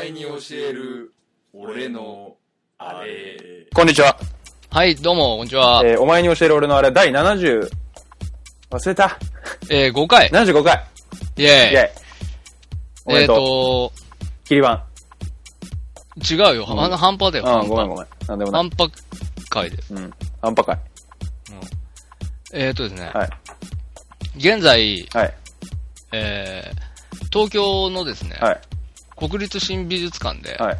える俺のあれこんにちは。はい、どうも、こんにちは。えーお前に教える俺のあれ、第70、忘れた。えー、5回。 75回。イェイーイ。ェイ。おめえっでとと、う。キリバン。違うよ。うんあの、半端だうよ。ん、ごめん半ごめん。なんでも端。ない。半端回です。うん。アンパ会。えっとですね。はい。現在、はい。えー、東京のですね、はい。国立新美術館で、はい。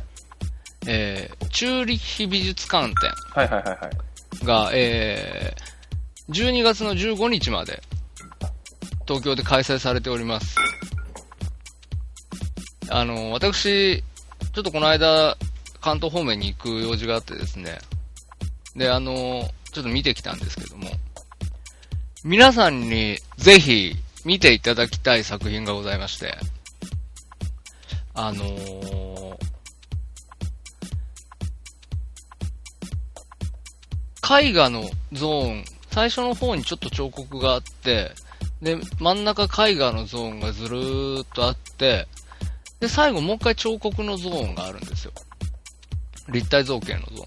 えー、チューリッヒ美術館はいはいはいはい。展が、えー、12月の15日まで、東京で開催されております。あの、私、ちょっとこの間、関東方面に行く用事があってですね、で、あの、ちょっと見てきたんですけども、皆さんにぜひ見ていただきたい作品がございまして、あのー絵画のゾーン、最初の方にちょっと彫刻があって、で、真ん中絵画のゾーンがずるーっとあって、で、最後もう一回彫刻のゾーンがあるんですよ。立体造形のゾーンが。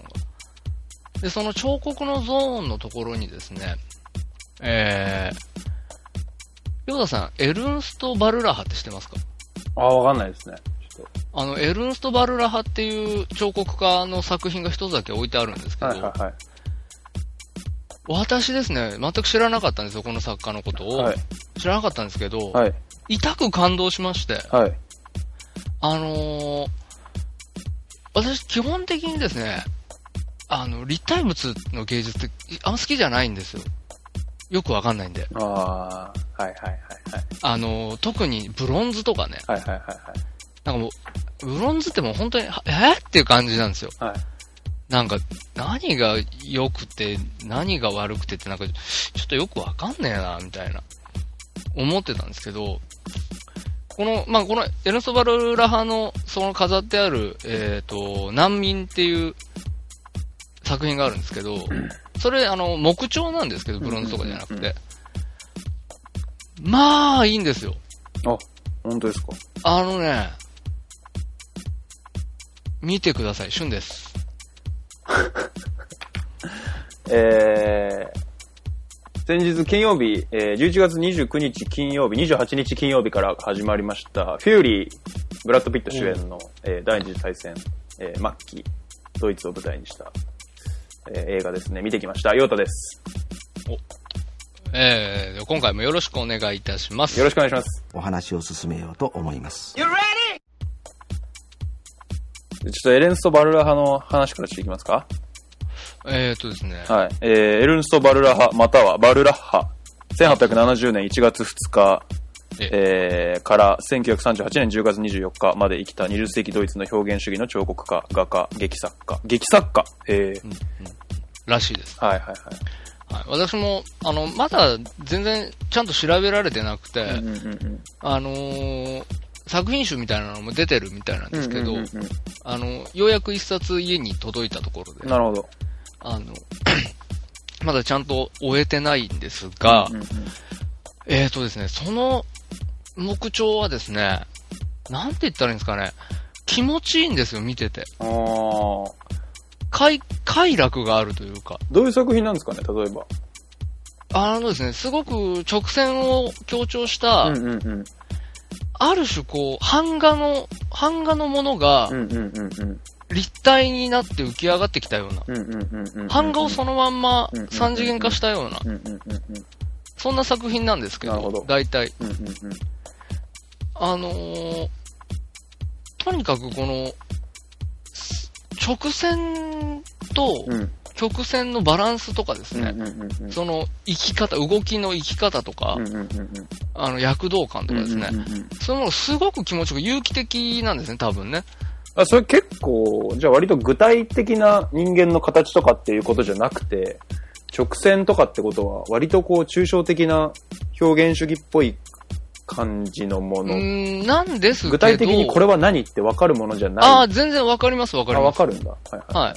で、その彫刻のゾーンのところにですね、えー、ヨダさん、エルンスト・バルラハって知ってますかああ、わかんないですね。ちょっあの、エルンスト・バルラハっていう彫刻家の作品が一つだけ置いてあるんですけと。ど、はいはいはい。私ですね、全く知らなかったんですよ、この作家のことを。はい知らなかったんですけど、はい。痛く感動しまして、はい。あのー私基本的にですね、あの、立体物の芸術っていあんま好きじゃないんですよ。よくわかんないんで。ああー、はいはいあのー特にブロンズとかね、はいはい。はいはいはいはい。なんかもう、ブロンズってもう本当に、はえーっていう感じなんですよ。はいなんか、何が良くて、何が悪くてって、なんか、ちょっとよくわかんねえな、みたいな、思ってたんですけど、この、まあ、この、エルソバルラハの、その飾ってある、えっ、と、難民っていう作品があるんですけど、それ、あの、木彫なんですけど、ブロンズとかじゃなくうんうんて。まあ、いいんですよ。本当ですかあのね、見てください、旬です。えー、先日金曜日、えー、11月29日金曜日、28日金曜日から始まりました、フューリー、ブラッド・ピット主演の、えー第二次大戦、えー、末期、ドイツを舞台にした、えー映画ですね。見てきました。ヨータです。えー、今回もよろしくお願いいたします。よろしくお願いします。お話を進めようと思います。ちょっとエレンスト・バルラハの話からしていきますかえー、とですね、はい。えー、エルンスト・バルラハ、またはバルラッハ。1870年1月2日、えー、から1938年10月24日まで生きた20世紀ドイツの表現主義の彫刻家、画家、劇作家。劇作家えー、らしいです。はいはいはい、私も、あの、まだ全然ちゃんと調べられてなくて、はい。うんうんうんあのー作品集みたいなのも出てるみたいなんですけど、うんうんうんうあの、ようやく一冊家に届いたところんで、なるほど。あの、 まだちゃんと終えてないんですが、うんうんえーとですね、その木彫はですね、なんて言ったらいいんですかね、気持ちいいんですよ、見てて。あー快、快楽があるというか。どういう作品なんですかね、例えば。あのですね、すごく直線を強調した、うんうんうん。ある種こう、版画の、版画のものがうんうんうんうん。立体になって浮き上がってきたような、うんうんうんうんうん。版画をそのまんまうんうん三次元化したような、うんうんうんうん。そんな作品なんですけなるほどど、大体。うんうんうん。あのーとにかくこの、す直線とうん曲線のバランスとかですうんね、うんうんうん。その生き方、動きの生き方とか、うんうんうんうん。あの躍動感とかですね、うんうんうんうんそのものすごく気持ちよく、有機的なんですね、多分ね。あ、それ結構、じゃあ割と具体的な人間の形とかっていうことじゃなくて、直線とかってことは割とこう抽象的な表現主義っぽい感じのもうの。ーん、なんですけど。具体的にこれれは何ってわかるものじゃない。ああ、全然わかります、わかりあまわす。かるんだ。はいははい。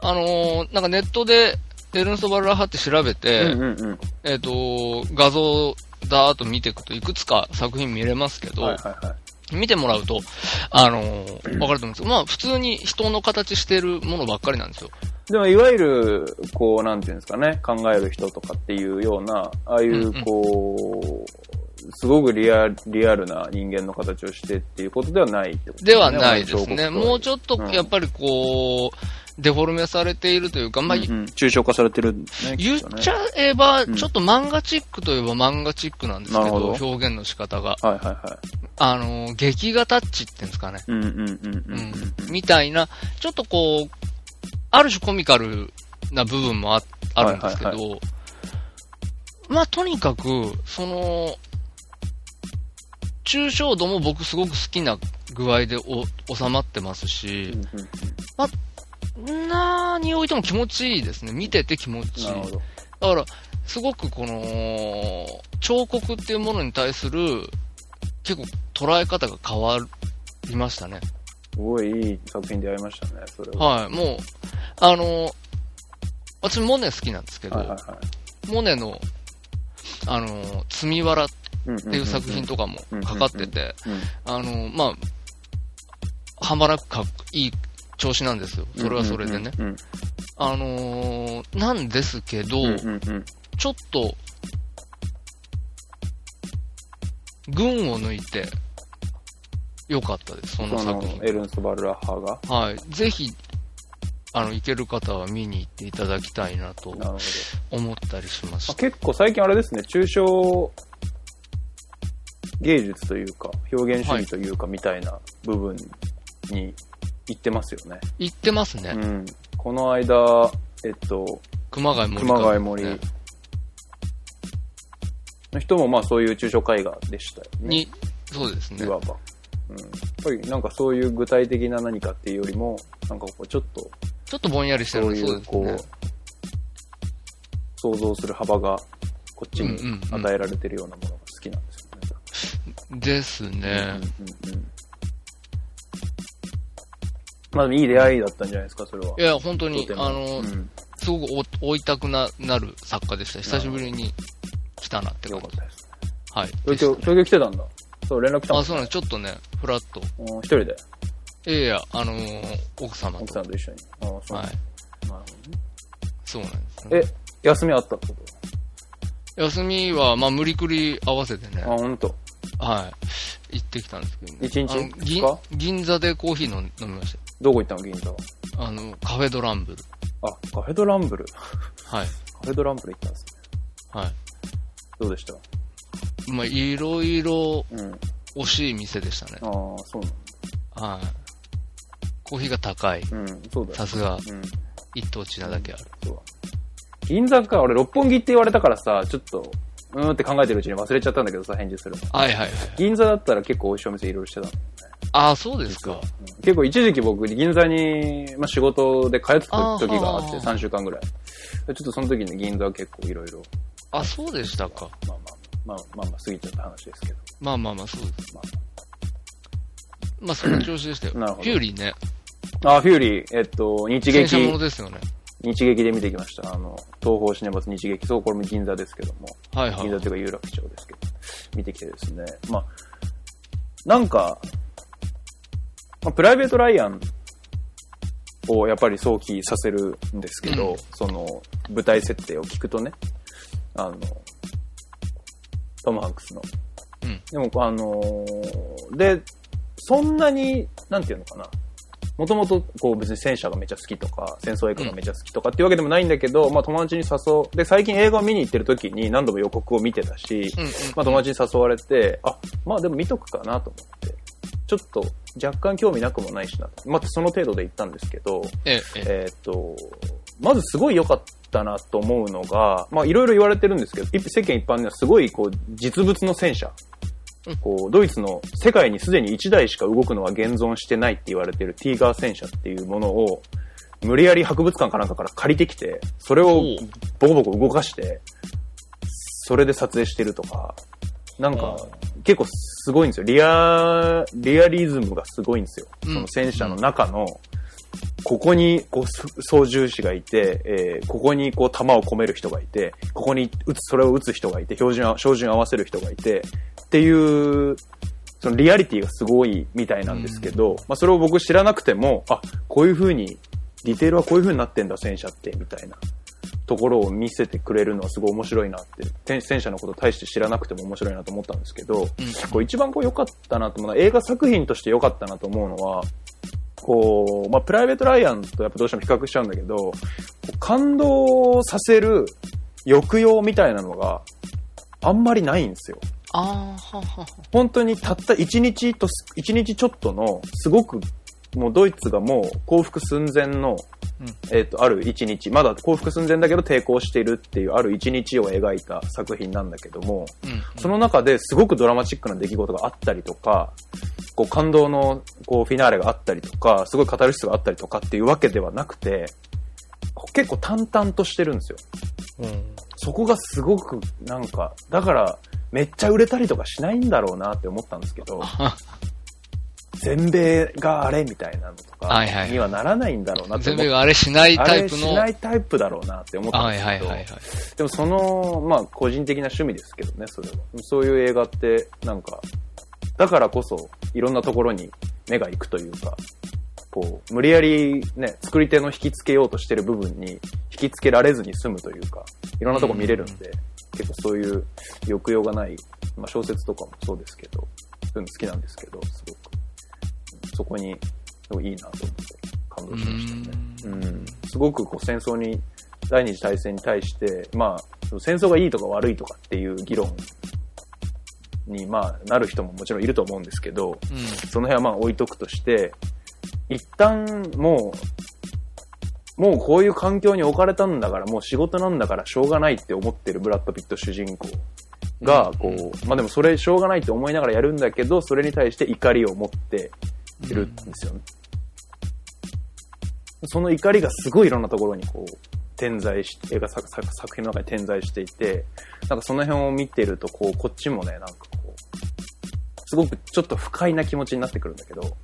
あのーなんかネットで、エルンスト・バルラハって調べて、い。うんうんうん。えっ、と、画像をだーっと見ていくといくつか作品見れますけど、はいはいはい。見てもらうと、あのーわかると思うんですけど、まあ普通に人の形してるものばっかりなんですよ。でも、いわゆる、こう、なんていうんですかね、考える人とかっていうような、ああいうんうんう、こう、すごくリアリアルな人間の形をしてっていうことではないってことではないですね。もうちょっょっとやっぱりこう、デフォルメされているというか、まあ、うんうん抽象化されてる、ね。言っきとねちゃえば、うんちょっと漫画チックといえば漫画チックなんですけなるど、ほど表現の仕方が。はいはいはい。あのー、劇画タッチっていうんですかね。うんうんうんうんうん。うん。みたいな、ちょっとこう、ある種コミカルな部分もああるんですけど、はいはまあとにかく、その、抽象度も僕すごく好きな具合でお収まってますし、何においても気持ちいいですね。見てて気持ちいい。なるほど。だから、すごくこの、彫刻っていうものに対する、結構捉え方が変わりましたね。すごいいい作品で会いましたね、それは。はい、もう、あの、私、モネ好きなんですけど、はいはいはい。モネの、あの、積みわらっうんうんうんうんていう作品とかもかかってて、うんあの、まあ、はまらなくかっいい調子なんですよ。それはそれでね。うんあのーなんですけど、うんうんうんちょっと、群を抜いて、よかったです、そのそ作の品。エルンスバルラッハが。はい。ぜひ、あの、行ける方は見に行っていただきたいなとなるほど。思ったりしましあた。結構最近あれですね、抽象芸術というか、表現主義というか、みたいな部分に行ってますよね。行ってますね。うん。この間、えっと、熊谷森熊谷ね森の人もまあそういう抽象絵画でしたよね。に、そうですいね。わば。うん、やっぱりなんかそういう具体的な何かっていうよりも、なんかこうちょっとちょっとぼんやりしてそるうねいそううですこう、ね。想像する幅がこっちうんうんにうん与えられてるようなものが好きなんですよね。ですね。うんうんうんまあでもいい出会いだったんじゃないですか、それは。いや、本当とにて、もあの、うんすごくお追いたくななる作家でした。久しぶりに来たなってよか感っじ。たです。はい。東京、でしたね東京来てたんだ。そう、連絡来たもあ、んそうなんですちょっとね、フラッと。うん一人で、いやいや、あのー奥様奥と。さんと一緒に。ああ、そう。はないる。ほどねそうなんです、え、休みあったってこ休みは、まあ、無理くり合わせてね。とあ、ほんと。はい。行ってきたんですけどね。一日あの銀二銀座でコーヒー飲ん飲みましどこ行ったの、銀座は。た。あの、カフェドランブル。あ、カフェドランブル。はい。カフェドランブル行ったんですね。はどうでしたい。まあ、いろいろうん。あ惜しい店でしたねあ。、そうはい。コーヒーが高い。なの。うん、そうだよさ。すが、うん、一等地なだけある。そうだ。銀座か、俺、六本木って言われたからさ、ちょっと、うーんって考えてるうちに忘れちゃったんだけどさ、返事するの。はいはいはい。銀座だったら結構美味しいお店いろいろしてたの。ああ、そうですか。結構一時期僕、銀座に、まあ、仕事で通ってあたー時があって、はあ3週間ぐらい。でちょっとその時に銀座は結構いろいろ、あ、そうでしたか。まあまあ、まあまあまあ、過ぎちゃった話ですけど。まあまあまあ、そうです。ままあ、その調子でしたよ。なるほどフューリーね、あ、あー、フューリー、えっと、日戦車もの劇、ですよね。日劇で見てきました。あの、東方シネマズ日劇、そう、これも銀座ですけども。はいはい銀座。というか有楽町ですけど、見てきてですね。まあ、なんか、まあ、プライベートライアンをやっぱり想起させるんですけど、うんその舞台設定を聞くとね、あの、トム・ハンクスの。うんでも、あのーで、そんなに、なんていうのかな。もともと、こう別に戦車がめちゃ好きとか、戦争映画がめちゃ好きとかっていうわけでもないんだけど、まあ友達に誘う。で、最近映画を見に行ってる時に何度も予告を見てたし、うんうん。まあ友達に誘われて、あ、まあでも見とくかなと思って、ちょっと若干興味なくもないしな。まあその程度で行ったんですけど、ええ、ええ。えーっと、まずすごい良かったなと思うのが、まあいろいろ言われてるんですけど、一世間一般にはすごいこう実物の戦車うん。こうドイツの世界にすでに1台しか動くのは現存してないって言われてるティーガー戦車っていうものを無理やり博物館かなんかから借りてきて、それをボコボコ動かして、それで撮影してるとか、なんか結構すごいんですよ。リア、リアリズムがすごいんですよ。うんその戦車の中の、ここにこうす操縦士がいて、えーここにこう弾を込める人がいて、ここに撃つ、それを撃つ人がいて、標準、照準合わせる人がいて、っていうそのリアリティがすごいみたいなんですけど、まあそれを僕知らなくても、あ、こういう風に、ディテールはこういう風になってんだ、戦車って、みたいなところを見せてくれるのはすごい面白いなって、て戦車のこと大して知らなくても面白いなと思ったんですけど、こう一番こう良かったなと思うのは、映画作品として良かったなと思うのは、こう、まあプライベートライアンとやっぱどうしても比較しちゃうんだけど、こう感動させる抑揚みたいなのがあんまりないんですよ。ああ、はは。本当にたった1日とす、1日ちょっとの、すごく、もうドイツがもう降伏寸前の、うんえっ、と、ある1日、まだ降伏寸前だけど抵抗しているっていうある1日を描いた作品なんだけども、うん。その中ですごくドラマチックな出来事があったりとか、こう感動のこうフィナーレがあったりとか、すごい語る質があったりとかっていうわけではなくて、こう結構淡々としてるんですよ。うん。そこがすごくなんか、だからめっちゃ売れたりとかしないんだろうなって思ったんですけど、全米があれみたいなのとかはいはいにはならないんだろうなって 全思っ米があれしないあタイれプしの。ないタイプだろうなって思ったんはでいすはけいどはいはい、。でもその、まあ個人的な趣味ですけどね、それは。そういう映画ってなんか、だからこそいろんなところに目が行くというか、こう、無理やりね、作り手の引きつけようとしてる部分に引きつけられずに済むというか、いろんなとこ見れるんで、結構そういう抑揚がない、まあ小説とかもそうですけど、そういうの好きなんですけど、すごく。そこに、すごいいいなと思って感動しましたね。うん、すごくこう戦争に、第二次大戦に対して、まあ、その戦争がいいとか悪いとかっていう議論に、まあ、なる人ももちろんいると思うんですけど、うん。その辺はまあ置いとくとして、一旦もう、もうこういう環境に置かれたんだから、もう仕事なんだからしょうがないって思ってるブラッド・ピット主人公が、こう、まあでもそれしょうがないって思いながらやるんだけど、それに対して怒りを持っているんですよね。その怒りがすごいいろんなところにこう、点在し、映画作作作品の中に点在していて、なんかその辺を見てると、こう、こっちもね、なんかこう、すごくちょっと不快な気持ちになってくるんだけど、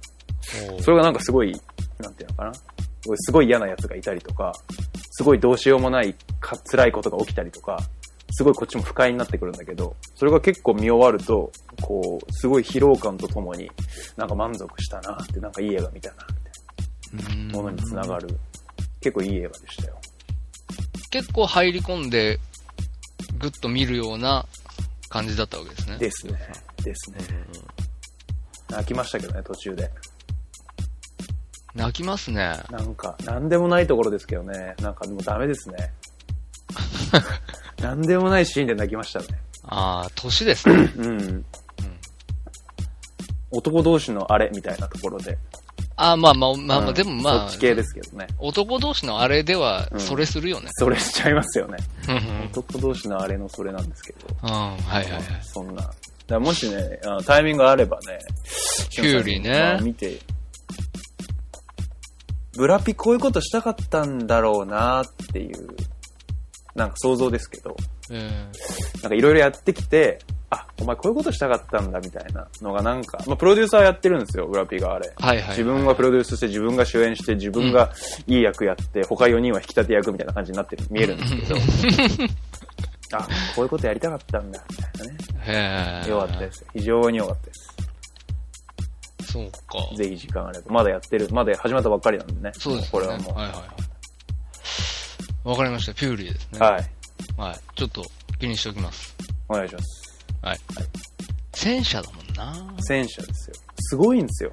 それがなんかすごい、なんていうのかな。すごいすごい嫌な奴がいたりとか、すごいどうしようもないか辛いことが起きたりとか、すごいこっちも不快になってくるんだけど、それが結構見終わると、こう、すごい疲労感とともに、なんか満足したなって、なんかいい映画見たな、みうんたいなものにつながる。結構いい映画でしたよ。結構入り込んで、ぐっと見るような感じだったわけですね。ですね。ですね。泣きましたけどね、途中で。泣きますね。なんか、なんでもないところですけどね。なんかもうダメです ね。なんでもないシーンで泣きましたね。ああ、年です ね。うん。男同士のあれみたいなところで。ああ、まあまあまあまうあ、んでもまそあっち、系ですけどね。男同士のあれではう、んそれするよね。それしちゃいますよね。うん。うん男同士のあれのそれなんですけど。はいはいはい。そんな。だからもしね、あのタイミングがあればね、キュウリね見て、ブラピこういうことしたかったんだろうなっていう、なんか想像ですけど、えなんかいろいろやってきて、あ、お前こういうことしたかったんだみたいなのがなんか、まあプロデューサーやってるんですよ、ブラピがあれ。ーはいはい。自分がプロデュースして、自分が主演して、自分がいい役やって、他4人は引き立て役みたいな感じになってる、見えるんですけ ど。あ、こういうことやりたかったんだ、みたいなね。へえ。良かったです。非常に良かったです。そうか。ぜひ時間あれば。まだやってる。まだ始まったばっかりなんでね。そうですね。これはもう。はいはいはい。わかりました。ピューリーですね。はい。はい。ちょっと気にしておきます。お願いします。はい。戦車だもんな戦車ですよ。すごいんですよ。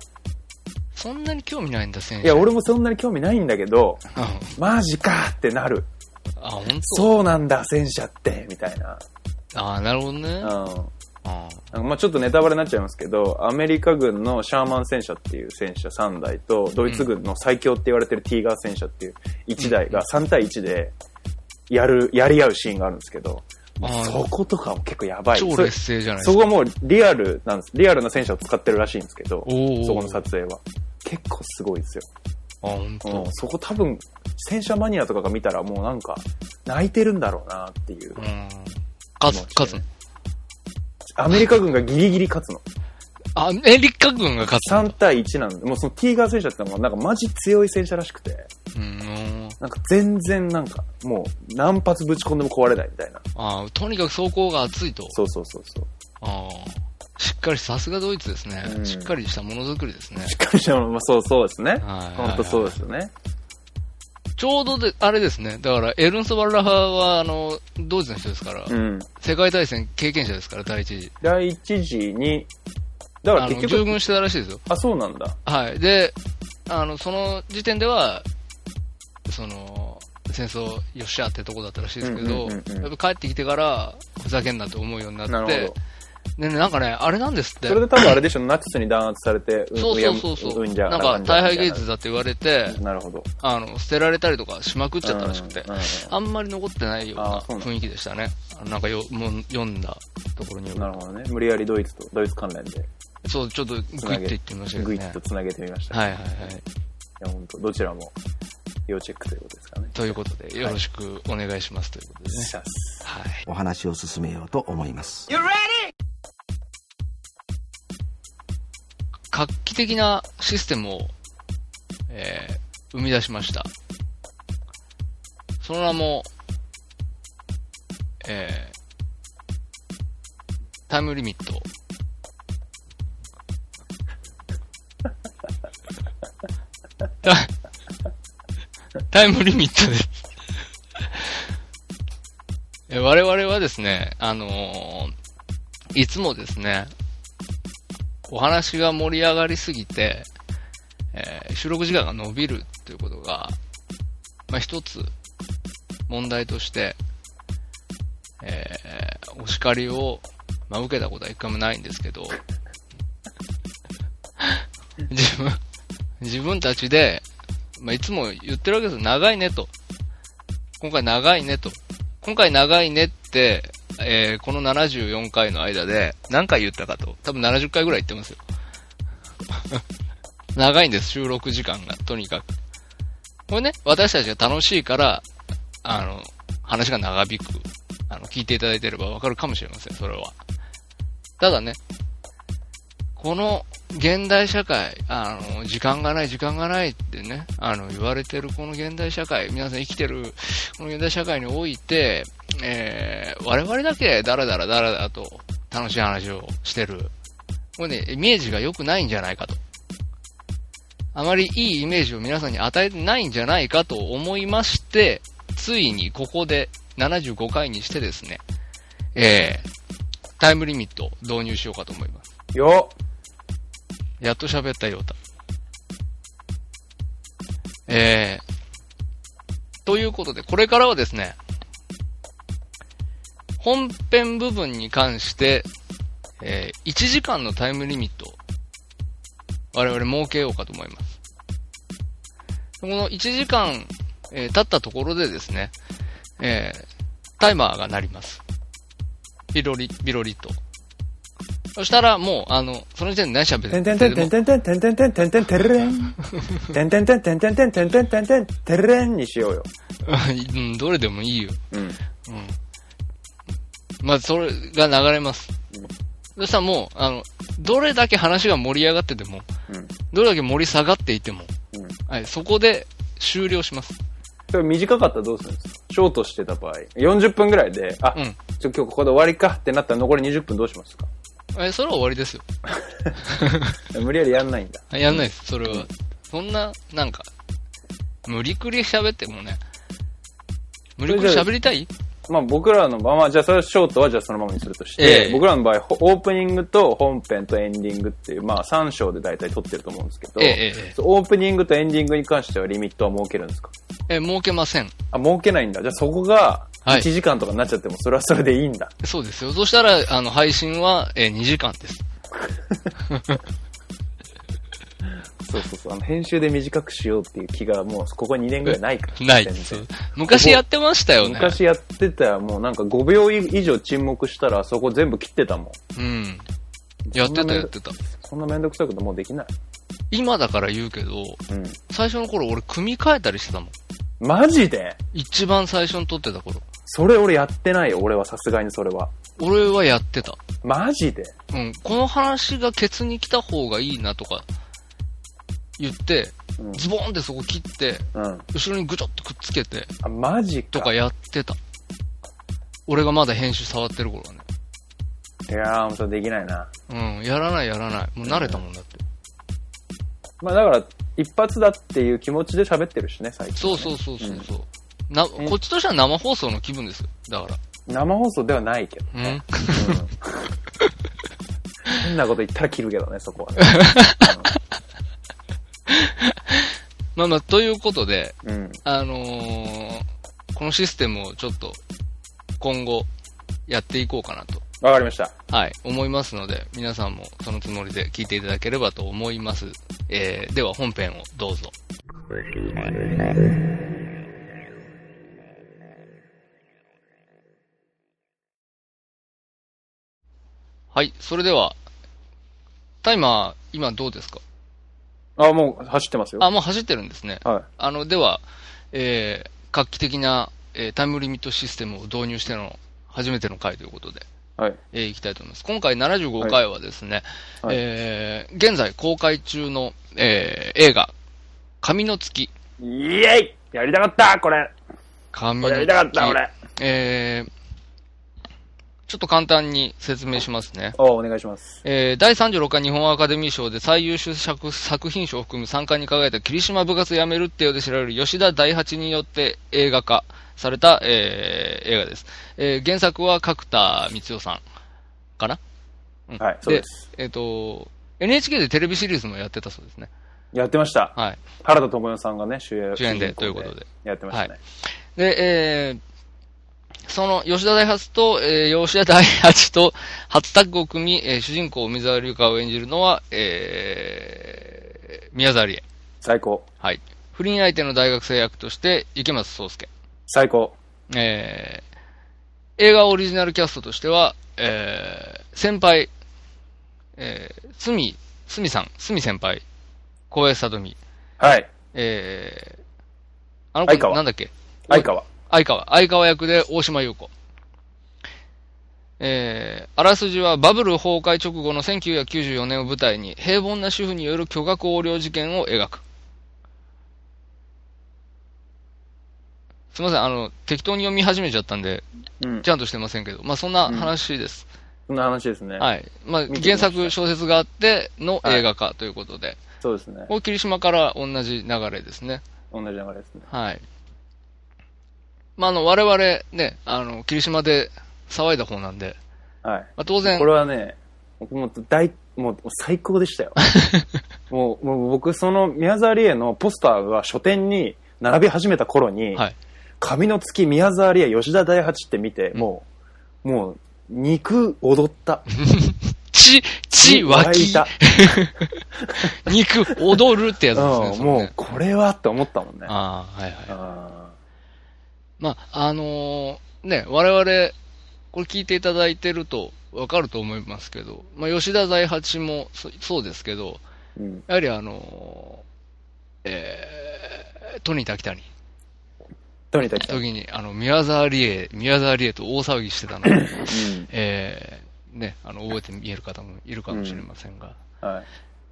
そんなに興味ないんだ、戦車。いや、俺もそんなに興味ないんだけど、うん。マジかってなる。あ、本当。そうなんだ、戦車って、みたいな。ああ、なるほどね。うあん。あなんかまあちょっとネタバレになっちゃいますけど、アメリカ軍のシャーマン戦車っていう戦車3台と、ドイツ軍の最強って言われてるティーガー戦車っていう1台が3対1でやる、やり合うシーンがあるんですけど、あーそことかも結構やばい。超それ劣勢じゃないでそすこか。はもうリアルなんです。リアルな戦車を使ってるらしいんですけど、おーそこの撮影は。結構すごいですよ。あ、本う当ん。そこ多分、戦車マニアとかが見たらもうなんか、泣いてるんだろうなっていう。うん。勝つ、勝つの。アメリカ軍がギリギリ勝つの。あアメリカ軍が勝つの3対1なんで、もうそのティーガー戦車ってのはなんかマジ強い戦車らしくて、うん。なんか全然なんかもう何発ぶち込んでも壊れないみたいな。ああ、とにかく走行が熱いと。そうそうそうそう。ああ。しっかり、さすがドイツですね。うんしっかりしたものづくりですね。しっかりしたもの、まあ、そうそうですね。はい本当そうですよね。ちょうどで、あれですね。だから、エルンソ・バルラハは、あの、ドイツの人ですから、うん。世界大戦経験者ですから、第一次。第一次に、だからあ結の、従局、軍してたらしいですよ。あ、そうなんだ。はい。で、あの、その時点では、その、戦争よっしゃってとこだったらしいですけど、うんうんうんうんやっぱ帰ってきてから、ふざけんなって思うようにななっるてほど、。でね、なんかね、あれなんですってそ。れで多分あれでしょ、ナチスに弾圧されて、そうそうそうそう。んじゃなんか、大敗芸術だ。だって言われて、なるほど。あの、捨てられたりとかしまくっちゃったらしくてうん、うんあんまり残ってないようなあそうなんだ雰囲気でしたね。あのなんかよ、もう読んだところにようんなるるほどね。無理やりドイツと、ドイツ関連で、と。そう、ちょっとグイッといってみましたけどグイね。ッと繋げてみました。。はいいはいはい。や、本当どちらも、要チェックということですかね。ということで、よろしくお願いしますということですね。シャスはい。お話を進めようと思います。画期的なシステムを、えー生み出しました。その名も、えータイムリミット。 タタイムリミットです。え我々はですね、あのーいつもですね、お話が盛り上がりすぎて、えー収録時間が伸びるということが、まあ、一つ問題として、えーお叱りを、まあ、受けたことは一回もないんですけど、 自分、自分たちで、まあ、いつも言ってるわけですよ。長いねと。今回長いねと。今回長いねって、えーこの74回の間で何回言ったかと。多分70回ぐらい言ってますよ。 長いんです、収録時間が、とにかく。これね、私たちが楽しいから、あの、話が長引く。あの、聞いていただいてればわかるかもしれません、それは。ただね、この現代社会、あの、時間がない、時間がないってね、あの、言われてるこの現代社会、皆さん生きてるこの現代社会において、えー我々だけダラダラダラダラと楽しい話をしてる。これね、イメージが良くないんじゃないかと。あまりいいイメージを皆さんに与えてないんじゃないかと思いまして、ついにここで75回にしてですね、えータイムリミットを導入しようかと思います。よっやっと喋ったようだ。えー、ということで、これからはですね、本編部分に関して、えー、1時間のタイムリミットを、我々設けようかと思います。この1時間、えー経ったところでですね、えー、タイマーが鳴ります。ビロリ、ビロリと。そしたら、もう、あの、その時点で何喋っててんてんてんてんてんてんてんてんてんてんてんてんれん。てんてんてんてんてんてんてんてんてんてんてんれんにしようよ。 うん、どれでもいいよ。うん。うん。まあ、それが流れます。そしたらもう、あの、どれだけ話が盛り上がってても、うん。どれだけ盛り下がっていても、うん。はい、そこで終了します。それ短かったらどうするんですかショートしてた場合。40分ぐらいで、あ、うんちょ今日ここで終わりかってなったら残り20分どうしますかえ、それは終わりですよ。無理やりやんないんだ。やんないです、それは。そんな、なんか、無理くり喋ってもね、無理くり喋りたいまあ僕らのまま、じゃあそれはショートはじゃあそのままにするとして、ええ僕らの場合、ほオープニングと本編とエンディングっていう、まあ3章で大体撮ってると思うんですけど、ええええええそうオープニングとエンディングに関してはリミットは設けるんですかえ、儲けません。あ、設けないんだ。じゃあそこがは1い時間とかになっちゃっても、それはそれでいいんだ。そうですよ。そしたら、あの、配信は、え、2時間です。そうそうそう。あの編集で短くしようっていう気がもうここ2年ぐらいないから。ない全然です。昔やってましたよね。昔やってたらもうなんか5秒以上沈黙したらそこ全部切ってたもん。うん。やってたやってた。そんなめんどくさいこともうできない。今だから言うけど、うん。最初の頃俺組み替えたりしてたもん。マジで一番最初に撮ってた頃。それ俺やってないよ、俺はさすがにそれは。俺はやってた。マジでうん。この話がケツに来た方がいいなとか言って、うんズボンってそこ切って、うん。後ろにぐちょっとくっつけてあ、マジか。とかやってた。俺がまだ編集触ってる頃はね。いやー、本当できないな。うん、やらないやらない。もう慣れたもんだって。まあだから、一発だっていう気持ちで喋ってるしね、最近、そうそうそうそうそう。な、こっちとしては生放送の気分ですよ。だか生放送ではないけ ど。ら。うん。変なこと言ったら切るけどね、そこは、ね。 まあまあ、ということで、うん。あのーこのシステムをちょっと、今後、やっていこうかなと。わかりました。はい、思いますので、皆さんもそのつもりで聞いていただければと思います。えー、では本編をどうぞ。はい、それでは、タイマー、今どうですかあ、もう走ってますよ。あ、もう走ってるんですね。はい。あの、では、えー、画期的な、えータイムリミットシステムを導入しての初めての回ということで、はい。えーいきたいと思います。今回75回はですね、はいえー現在公開中の、えー映画、神の月。イエイやりたかったこれ神このれ月。やりたかった俺えーちょっと簡単に説明しますね。おお願いします。えー第36回日本アカデミー賞で最優秀作作品賞を含む3冠に輝いた霧島部活やめるってようで知られる吉田大八によって映画化された、えー映画です。えー原作は角田光代さんかなうんはい、そうです。えっ、と、NHK でテレビシリーズもやってたそうですね。やってました。はい。原田智代さんがね、主演主演主で人公ということでやってましたね。はで、えーその吉田大八と、えー吉田大八と初タッグを組み、えー主人公水沢龍香を演じるのは、えー宮沢りえ。最高。はい。不倫相手の大学生役として、池松壮介。最高。えー映画オリジナルキャストとしては、えー先輩、えー、すみ、すみさん、すみ先輩、小林さとみ、はい。えーあの相子、川なんだっけ相川。相川。相川役で大島優子。えー、あらすじはバブル崩壊直後の1994年を舞台に平凡な主婦による巨額横領事件を描く。すみません、あの、適当に読み始めちゃったんで、うんち。ゃんとしてませんけど、まあそんな話です。そんな話ですね。はい。まあ見てみま原した作小説があっての映画化ということで、そうですね。これ霧島から同じ流れですね。同じ流れですね。はい。まあ、あの、我々ね、あの、霧島で騒いだ方なんで、はい。まあ、当然こ、れはね、僕もう大、もう最高で したよ。もう、もう僕、その宮沢りえのポスターが書店に並び始めた頃に、はい。紙の月宮沢りえ吉田大八って見て、もう、もう、肉踊 った。血、血、湧いき、た。 肉、踊るってやつですね。うん、それもうね、これはって思ったもんね。ああ、はいはい。あまあ、あのーね、我々、これ聞いていただいてるとわかると思いますけど、まあ、吉田財八もそそうですけど、ーうん、やはりあのーえー、トニー・タキタニとにか く、時に、あの、宮沢りえ、宮沢りえと大騒ぎしてた ので、えーね、あの、覚えて見える方もいるかもしれませんが。うんは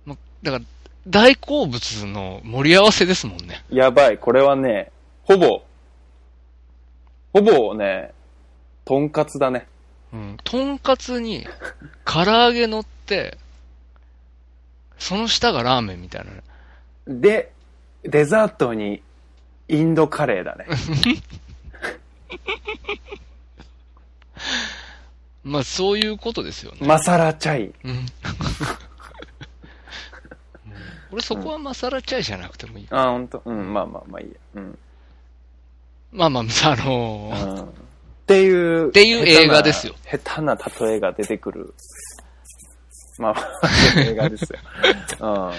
ま、だから、大好物の盛り合わせですもんね。い。やばい、これはね、ほぼ、ほぼね、とんかつだね。うん。とんかつに、唐揚げ乗って、その下がラーメンみたいなね。で、デザートにインドカレー だね。まあ、そういうことですよね。マサラチャイ。うん。 俺そこはマサラチャイじゃなくてもいい。あ、ほんとうん、まあまあまあいいや。うん。まあまあ、あのーうんっていう。っていう映画ですよ。下手な例えが出てくる。 まあまあ、映画ですよ。うん。あ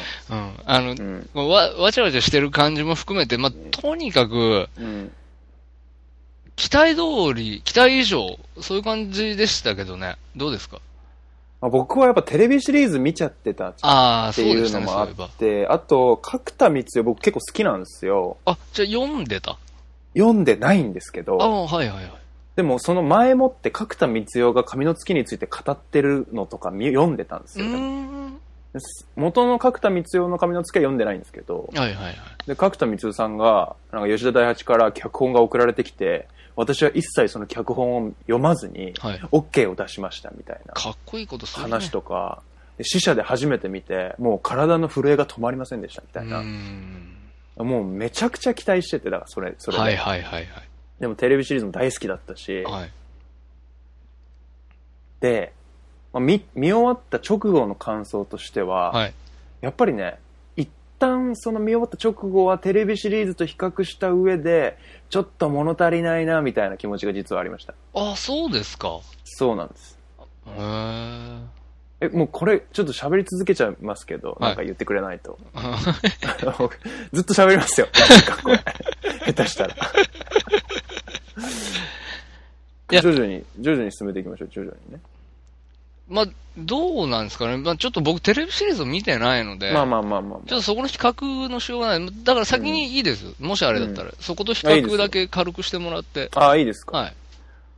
の う、ん。こうわ、わちゃわちゃしてる感じも含めて、まあ、とにかく、うん。うん。期待通り、期待以上、そういう感じでしたけどね。どうですかまあ、僕はやっぱテレビシリーズ見ちゃってたっああ、てそういでうしたのもね、そあういえばっ。て、あと、角田光代僕結構好きなんですよ。あ、じゃあ読んでた。読んでないんですけあど、あ、はいはいはい。でもその前もって角田光代が髪の月について語ってるのとか見読んでたんですうよ。ーん。です元の角田光代の髪の月は読んでないんですけど、はいはいはい。で角田光代さんがなんか吉田大八から脚本が送られてきて「私は一切その脚本を読まずに、はい。 OK を出しましたみたいなかっこいいことする、ね。話とか、死者で初めて見て、もう体の震えが止まりませんでしたみうたいな。ん。もうめちゃくちゃ期待してて、だからそれ、それで、はいはいはいでもテレビシリーズも大好きだったし、はい。はい。で、まあ、見、見終わった直後の感想としては、はい。やっぱりね、一旦その見終わった直後はテレビシリーズと比較した上で、ちょっと物足りないな、みたいな気持ちが実はありました。あ、そうですか。そうなんです。へえ。え、もうこれ、ちょっと喋り続けちゃいますけど、いなんか言ってくれないと。 僕ずっと喋り ますよ。なんかこれ。下手したら。いや徐々に、徐々に進めていきましょう、徐々にね。 まあ、どうなんですかね。まあ、ちょっと僕テレビシリーズを見てないので。まあまあまあまあまちょっとそこの比較のしようがない。だから先にいいですよ。もしあれだったら、そこと比較だけ軽くしてもらって。あ。ああ、いいですか。はい。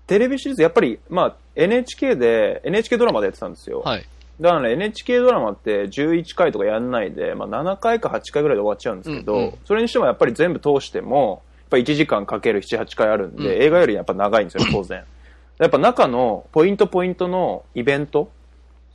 テレビシリーズ、やっぱり、まあ、NHK で、NHK ドラマでやってたんですよ。はい。だからね NHK ドラマって11回とかやんないで、まあ、7回か8回ぐらいで終わっちゃうんですけど、うんうんそれにしてもやっぱり全部通してもやっぱ1時間かける78回あるんで、うん映画よりやっぱ長いんですよ当然やっぱ中のポイントポイントのイベント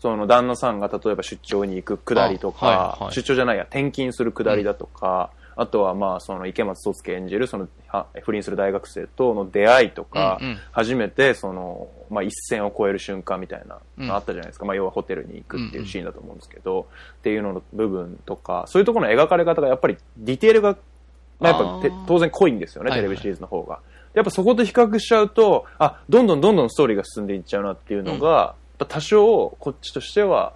その旦那さんが例えば出張に行くくだりとか、あはいはい出張じゃないや転勤するくだりだとか、あとはまあその池松壮亮演じるそのは不倫する大学生との出会いとか、うんうん初めてその、まあ、一線を越える瞬間みたいなうんのあったじゃないですか、まあ、要はホテルに行くっていうシーンだと思うんですけど、っていうのの部分とかそういうところの描かれ方がやっぱりディテールが、まあ、やっぱてあー当然濃いんですよねはいテはいレビシリーズの方が、やっぱそこと比較しちゃうとあどんどんどんどんストーリーが進んでいっちゃうなっていうのが、やっぱ多少こっちとしては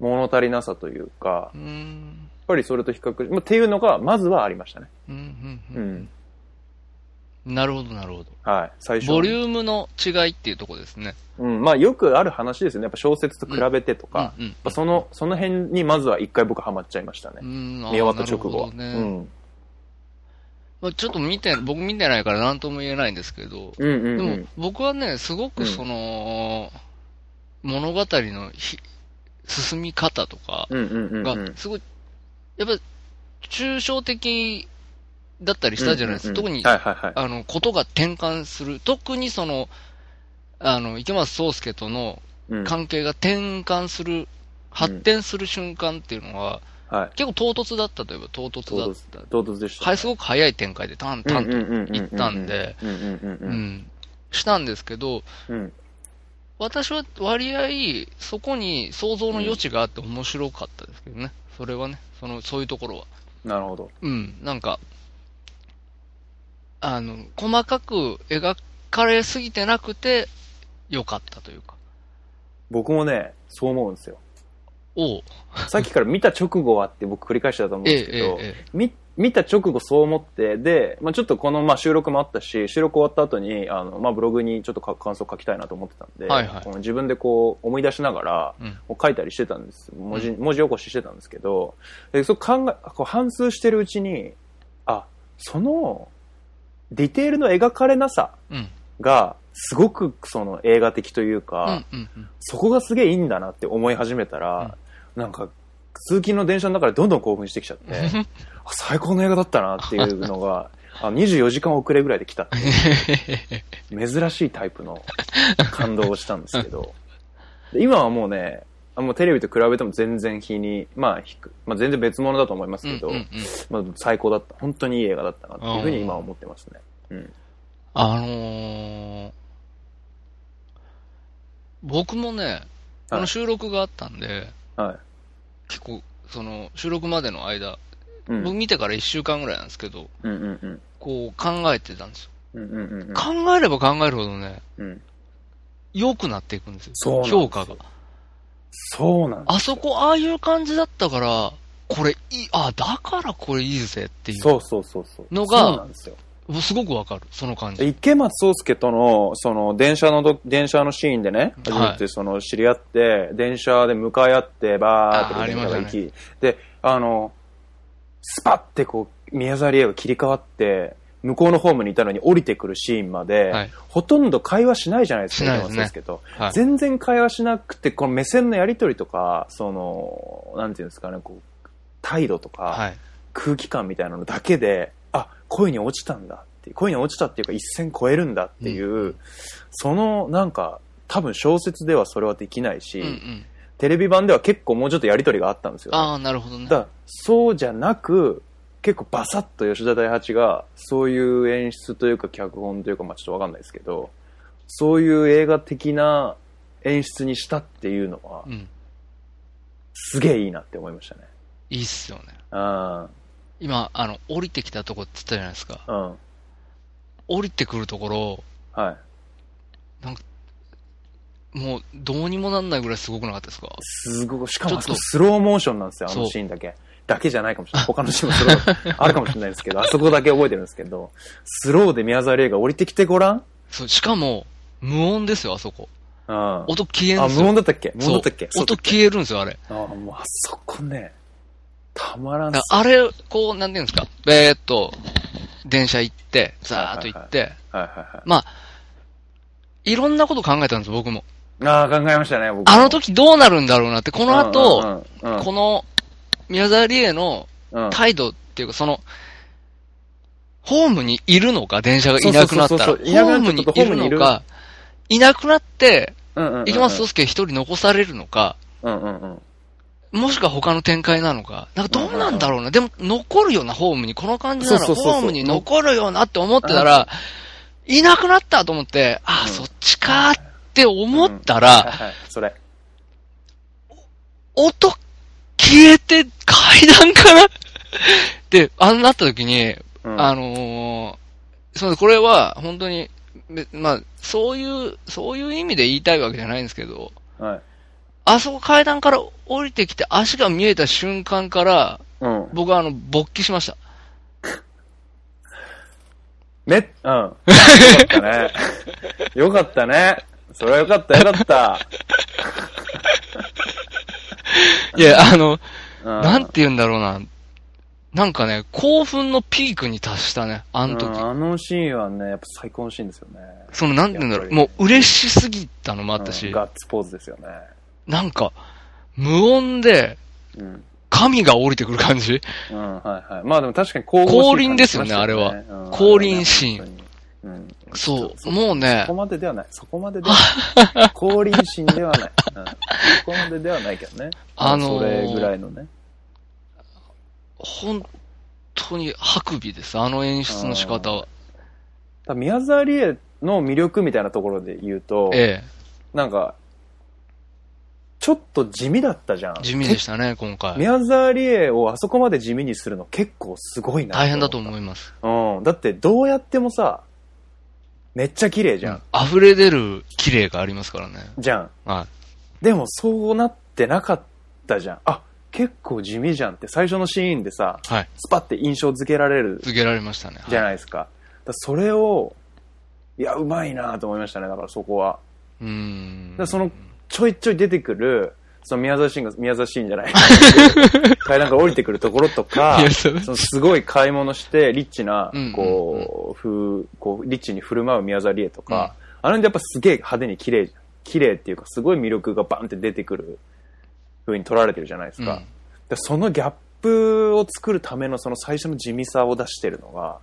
物足りなさというかうーやっん。ぱりそれと比較、まあ、っていうのがまずはありましたね、うんううんんうん。なるほど、なるほど。はい、最初のボリュームの違いっていうとこですね。うん、まあよくある話ですよね。やっぱ小説と比べてとか、やっうんうんぱその、その辺にまずは一回僕ハマっちゃいましたね。う見ん。あー終わった直後なるは。ほどねうんまあ、ちょっと見て、僕見てないから何とも言えないんですけど、うんうでんうもん。僕はね、すごうくんその、物語のひ進み方とかうんうんうんがうん。、すごい、やっぱ、抽象的だったりしたじゃないですか。うんうんう特んに、はいはいはい。あの、ことが転換する。特にその、あの、池松壮亮とのうん関係が転換する、発展する瞬間っていうのは、はい。結構唐突だったといえば唐突だった。唐突でした。はい、すごく早い展開で、タンタンとい行ったんで。うんうんうんううんん、したんですけど、うん。うん私は割合、そこに想像の余地があって面白かったですけどね。それはね、その、そういうところは。なるほど。うん、なんか、あの、細かく描かれすぎてなくて、良かったというか。僕もね、そう思うんですよ。おう、さっきから見た直後はって僕繰り返してたと思うんええ、ですけど、ええ、見見た直後そう思って、で、まあ、ちょっとこのまあ収録もあったし、収録終わった後に、あのまあ、ブログにちょっとか感想書きたいなと思ってたんで、はいはいこの自分でこう思い出しながら、ええ。うん。こう書いたりしてたんです。文字、文字起こししてたんですけど、でそう考え、こう反数してるうちに、あ、その、ディテールの描かれなさうん。が、すごくその映画的というか、うん。うん。うんそこがすげえいいんだなって思い始めたら、なんか、通勤の電車の中でどんどん興奮してきちゃ って、あ最高の映画だったなっていうのが、あの24時間遅れぐらいで来たっていう、珍しいタイプの感動をしたんですけど、で今はもうね、あもうテレビと比べても全然日に、まあ、ひくまあ、全然別物だと思いますけど、うんうんうんまあ、最高だった、本当にいい映画だったなっていうふうに今は思ってますね。うん。あのー、僕もね、この収録があったんで、はい。結構、その、収録までの間、うん。う僕ん見てから1週間ぐらいなんですけど、うんうん。こう考えてたんですよ。うんうんうんうん。考えれば考えるほどね、うん、良くなっていくんですよ。そうなんですよ評価が。そうなんですあそこ、ああいう感じだったから、これいい、あ、だからこれいいぜっていう。そうそうそうそう。のがそうなんですよ。う。すごくわかる、その感じ。池松壮亮との、その、電車のど、電車のシーンでね、はい初めてその、知り合って、電車で向かい合って、バーってあーありましたね電車が行きで、あの、スパってこう、宮沢りえが切り替わって、向こうのホームにいたのに降りてくるシーンまで、はいほとんど会話しないじゃないですか、しないですね池松壮亮と。はい。全然会話しなくて、この目線のやりとりとか、その、なんていうんですかね、こう、態度とか、はい。空気感みたいなのだけで、あ、恋に落ちたんだっっていう、恋に落ちたっていうか一線超えるんだっていう、そのなんか、多分小説ではそれはできないし、うんうん。テレビ版では結構もうちょっとやりとりがあったんですよ、ね。ああ、なるほどね。だからそうじゃなく結構バサッと吉田大八がそういう演出というか脚本というかまあちょっとわかんないですけどそういう映画的な演出にしたっていうのはうん。すげえいいなって思いましたね。いいっすよね。うん今、あの、降りてきたとこって言ったじゃないですか。うん降りてくるところ、はい、もうどうにもなんないぐらいすごくなかったですかすごくしかちょもあっとそこスローモーションなんですよあそのうシーンだけだけじゃないかもしれない他のシーンもスローあるかもしれないです けどあそこだけ覚えてるんですけどスローで宮沢りえが降りてきてごらん、そう、しかも、無音ですよ、あそこ。うん、あ音消えるんです無よ。音だったっけ無音だったっけそそううだ音っけ消えるんですよ、あれ。ああ、もうあそこね、たまらんっだすからあれ、こう、なんていうんですか、べーっと、電車行って、ザーっと行って、はいはいはい。まあ、いろんなこと考えたんです、僕も。ああ、考えましたね、僕も。あの時どうなるんだろうなって、こうんのうんうん、後、うん、この、宮沢りえのうん、態度っていうか、その、ホームにいるのか、電車がいなくなったら。ホそうそうそうそういなくなーっムたにとこいるのか、いなくなって、うんうんうん、池松壮介一人残されるのか、うんうんうん。もしくは他の展開なのか。なんかどうなんだろうな。でも残るよな、ホームに。この感じなら、そホうそうそうそうームに残るよなって思ってたら、いなくなったと思って、あ、うんそっちかーって思ったはいら、はい、それ。音消えて階段か なって、あんなった時に、うん、あのー、すみません、これは本当に、めまあ、そういう、そういう意味で言いたいわけじゃないんですけど、はい。あそこ階段から降りてきて足が見えた瞬間から、うん。僕はあの、勃起しました。め、うん。よかったね。 よかったね。それはよかった、よかった。いや、あの、うん、なんて言うんだろうな。なんかね、興奮のピークに達したね、あの時。うん、あのシーンはね、やっぱ最高のシーンですよね。その、なんて言うんだろやっぱりう。もう嬉しすぎたのもあったうしん、ガッツポーズですよね。なんか、無音で、うん。神が降りてくる感じうん、はいはい。まあでも確かに神降臨ですよねあれは降臨シーンン。うん、そう、もうねそこ、までではない。そこまででは ない。降臨心ではない。うん、そこまでではないけどね。あのーそれぐらいのね。本当に白尾です、あの演出の仕方は。ただ宮沢りえの魅力みたいなところで言うと、えなんか、ちょっと地味だったじゃん。え、地味でしたね、今回。宮沢りえをあそこまで地味にするの結構すごいな。大変だと思います。う。うん。だってどうやってもさ、めっちゃ綺麗じゃん。溢れ出る綺麗がありますからね。じゃん。はでもそうなってなかったじゃん。あ、結構地味じゃんって最初のシーンでさ、い。はい。スパって印象付けられる続けられましたね。はいじゃないですか。だからそれを、いや、うまいなと思いましたね。だからそこは。うーんだか。らその、ちょいちょい出てくる、その宮沢シーンが、宮沢シーンじゃ ない。階段から降りてくるところとか宮、沢そのすごい買い物して、リッチなうんうんうん、こう、ふこう、リッチに振る舞う宮沢りえとか、あの辺でやっぱすげえ派手に綺麗じゃん、綺麗っていうか、すごい魅力がバンって出てくる風に撮られてるじゃないですか。うんでそのギャップを作るためのその最初の地味さを出してるのが、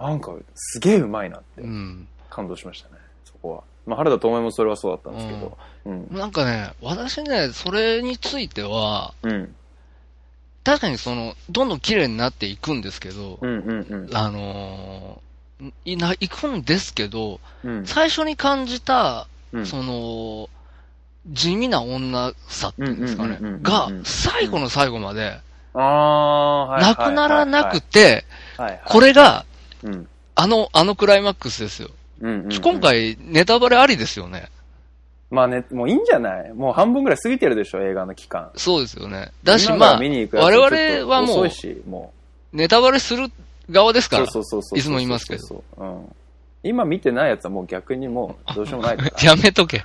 なんかすげえうまいなってうん。感動しましたね、そこは。まあ原田知世もそれはそうだったんですけど。うん。なんかね、私ね、それについては、うん。確かにその、どんどん綺麗になっていくんですけどう、んうんあのーいな、行くんですけど、うん。最初に感じた、うん。その、地味な女さっていうんですかねうんうんうんうんう、んが、最後の最後まで、ああ、はいはないはいはい。くならなくて、はいはい、これが、うん、あの、あのクライマックスですよ。うんうんうんちょ今。回、ネタバレありですよね。まあね、もういいんじゃないもう半分ぐらい過ぎてるでしょ、映画の期間。そうですよね。だし、今まかあら見に行く、やつ我々はちょっとも遅うい、し、もネタバレする側ですう。から。そうそうそうそう。いつも言いますけどそうそうそう。うん。今見てないやつはもう逆にもうどうしようもない から。やめとけ。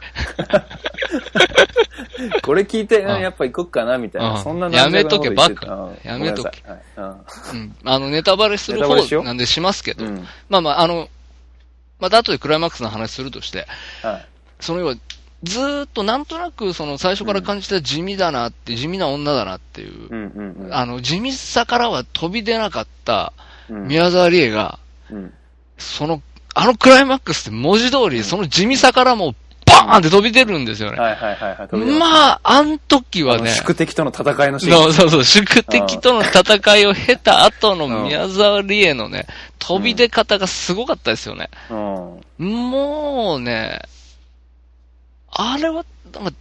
これ聞いて、うんあやっぱ行こっかな、みたいな。あそんな軟弱なこと言ってたやめとけバカうやんめとけごめんなさいはいうんあの、ネタバレするネタバレしよ方うなんでしますけど。うん。うん。まあまあ、あの、また後でクライマックスの話するとして、はい。その要は、ずーっとなんとなく、その最初から感じた地味だなって、地味な女だなっていうう、んうんうん。あの、地味さからは飛び出なかったうん、宮沢りえが、うん。その、あのクライマックスって文字通り、その地味さからもうバーンって飛び出るんですよね。はいはいはいはい。まあ、あん時あはの、ね、宿敵との戦いのシーン。そうそうそう、宿敵との戦いを経た後の宮沢りえのね、飛び出方がすごかったですよね。うん。もうね、あれは、なんか、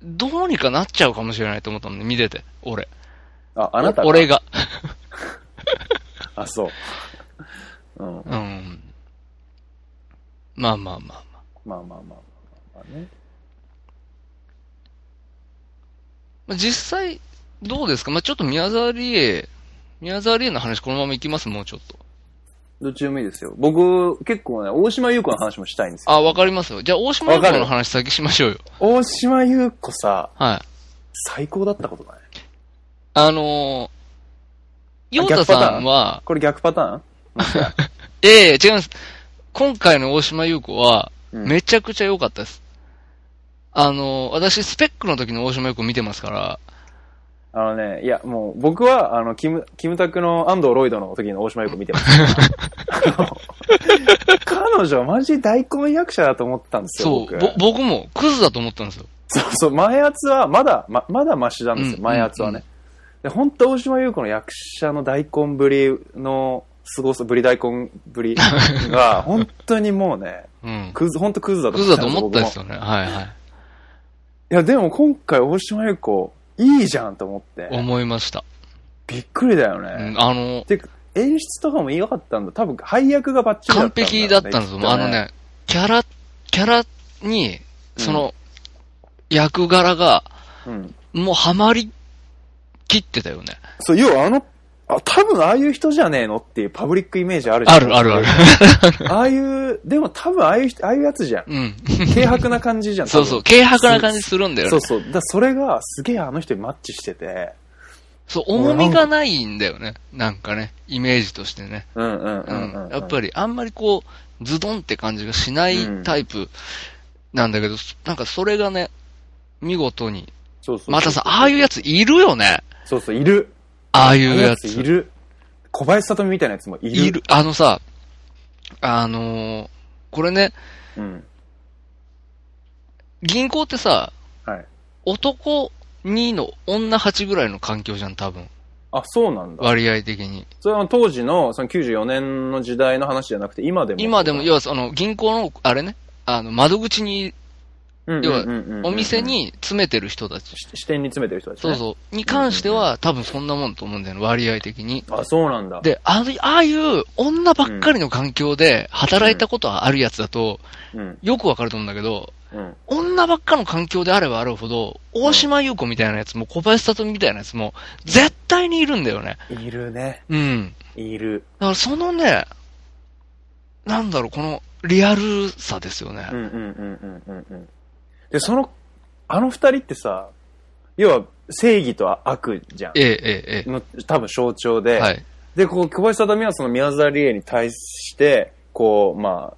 どうにかなっちゃうかもしれないと思ったもんね、見てて、俺。あ、あなた俺が。あ、そう。うん。うん。まあまあまあまあ。まあまあまあまあまあね。まあ実際、どうですかまあちょっと宮沢りえ、宮沢りえの話このままいきます、もうちょっと。どっちでもいいですよ。僕、結構ね、大島優子の話もしたいんですよ。あ、わかりますよ。じゃあ、大島優子の話先しましょうよ。大島優子さ、はい。最高だったことないあのー、ヨータさんは、これ逆パターンええ違います。今回の大島優子は、うんめちゃくちゃ良かったです。あのー、私、スペックの時の大島優子見てますから、あのね、いや、もう、僕は、あの、キム、キムタクの安藤ロイドの時の大島優子見て ますから。あの彼女はマジ大根役者だと思ってたんですよ、そ僕。う、ぼ僕もクズだと思ったんですよ。そうそう、前圧は、まだ、ま、まだマシなんですうよ、ん前圧はね。で、本当大島優子の役者の大根ぶりの凄さ、ぶり大根ぶりが、 本当にもうね、うん。クズ、本当クズだとクズ思っだたとんです思ったんですよ。よね。はいはい。僕もいや、でも今回大島優子、いいじゃんと思って、思いました。びっくりだよね。うんあのー、てか演出とかも良かったんだ。多分配役がバッチリだったん完だ、璧だったんですきよ。っとあの。ね、キャラ、キャラに、その、役柄が、うん。もうハマりきってたよね。そう、要はあの、あ、多分ああいう人じゃねえのっていうパブリックイメージあるじゃあん。るあるある。 ああいう、でも多分ああいう人、ああいうやつじゃん。うん。軽薄な感じじゃん。そうそう、多軽薄な感じするんだよ分。ね。そそううそう。だからそれがすげえあの人にマッチしてて。重みがないんだよね。なんかね、イメージとしてね。うんうんううんうん、ん。やっぱり、あんまりこう、ズドンって感じがしないタイプなんだけど、なんかそれがね、見事に。そうそうそうまたさ、ああいうやついるよね。そうそう、いる。あああいうやいつ。る。小林聡美みたいなやつもいる。いる。。あのさ、あのーこれね、うん。銀行ってさ、はい。男2の女8ぐらいの環境じゃん、多分。あ、そうなんだ。割合的に。それは当時の、その94年の時代の話じゃなくて、今でも。今でも、要はその銀行の、あれね、あの、窓口に、うん要うはんうんうんうんお店、に詰めてる人たち、し支店に詰めてる人たち、そね。うそう、に関しては多分そんなもんと思うんだよね、割合的に。あ、そうなんだ。で、あの、ああいう女ばっかりの環境で働いたことはあるやつだと、うん、よくわかると思うんだけど、うん。女ばっかの環境であればあるほど、大島優子みたいなやつも小林里美みたいなやつも、絶対にいるんだよね。いるね。うん。いる。だからそのね、なんだろう、このリアルさですよね。うんうんうんうんうんうん。で、その、あの二人ってさ、要は正義と悪じゃんえ。え、ええ、の多分象徴ええ。で、はい。で、こう、小林貞美はその宮沢りえに対して、こう、まあ、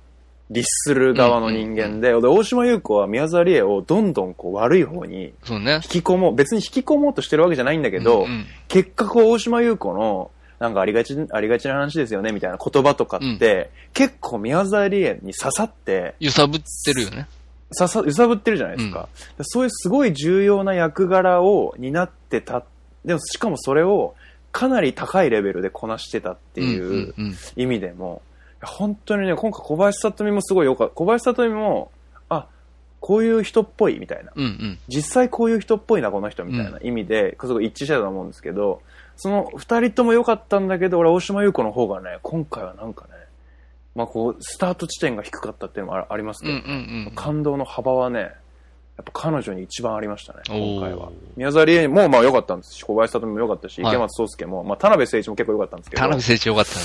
律する側の人間で、で、大島優子は宮沢りえをどんどんこう悪い方にそうね。引き込もう、別に引き込もうとしてるわけじゃないんだけど、うんうん結果こう大島優子の、なんかありがち、ありがちな話ですよね、みたいな言葉とかって、結構宮沢りえに刺さって、揺さぶってるよね。刺さ、揺さぶってるじゃないですか。でそういうすごい重要な役柄を担ってた。でも、しかもそれをかなり高いレベルでこなしてたっていううんうんうん意味でも、いや本当にね、今回小林聡美もすごい良かった。小林聡美も、あ、こういう人っぽい、みたいな。うんうん。実際こういう人っぽいな、この人みたいな意味で、すごい一致してたと思うんですけど、その二人とも良かったんだけど、俺は大島優子の方がね、今回はなんかね、まあこう、スタート地点が低かったっていうのもあありますうんけうど、んうん。感動の幅はね、やっぱ彼女に一番ありましたね、おー今回は。宮沢りえもまあ良かったんですし、小林聡美も良かったし、はい池松壮介も、まあ田辺誠一も結構良かったんですけど、田辺誠一よかったね。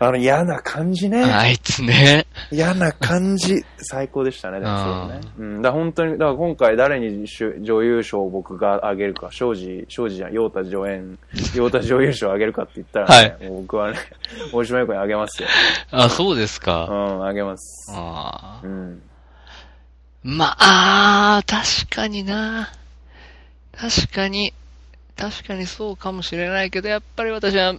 あの嫌な感じね。あいつね。嫌な感じ。最高でした ね、でもそうね。うん。だから本当に、だから今回誰に主女優賞を僕があげるか、庄司、庄司じゃん、陽太助 演、陽太女優賞をあげるかって言ったらね、もう僕はね、大島優子にあげますよ。あ、そうですうか。ん、あげます。あうーん。まあ、あー確かにな。確かに、確かにそうかもしれないけど、やっぱり私は、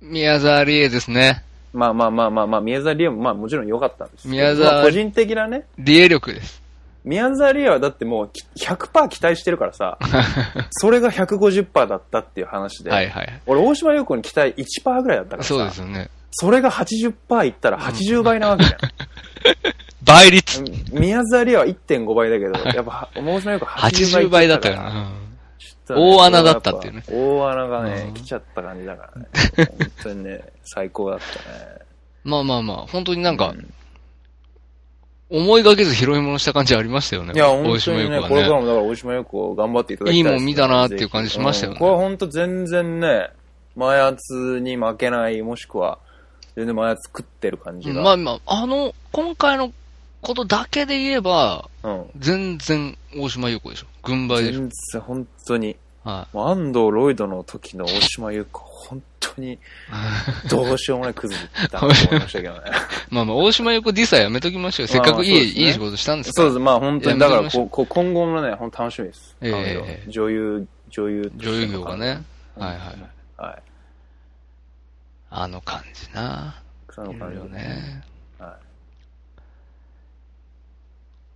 宮沢りえですね。まあまあまあまあまあ、宮沢りえもまあもちろん良かったんですけど宮沢まあ個人的なね、理恵力です。宮沢りえはだってもうき100%期待してるからさ、それが150%だったっていう話で、 はいはい。俺大島優子に期待1%ぐらいだったからさ、そうですよね。それが80%いったら80倍なわけじゃん。倍率宮沢りえは1.5倍だけど、やっぱ、大島優子80 80倍倍だだっったたかからら。な。うんちょっとね大穴だったっていうね大穴がね、うん来ちゃった感じだからね。本当にね、最高だったね。まあまあまあ、本当になんかう、ん思いがけず拾い物した感じありましたよね。いや、本大当島に優ね、子これからはもね。だから大島優子頑張っていただきたいです、いいもん見たなっていう感じしましたよねぜひうんこれは本当全然ね、前圧に負けない、もしくは、全然前圧食ってる感じが。まあまあ、あの、今回のことだけで言えば、うん。全然大島優子でしょ。軍配でしょ。全然本当に、はもう安藤ロイドの時の大島優子、本当に、どうしようもないクズだと思いましたけ どね。い。 まあまあ、大島優子ディサーやめときましょうよ。せっかくいい、まあまあそうですねいい仕事したんですかそうら。です。まあ本当いに、やだから見てこう、こう今後もね、本当楽しみです。ええ彼女ええ女優、女優として女の優業がね。彼女。はいはい。はい。あの感じな。草いのる彼よ女。ね。は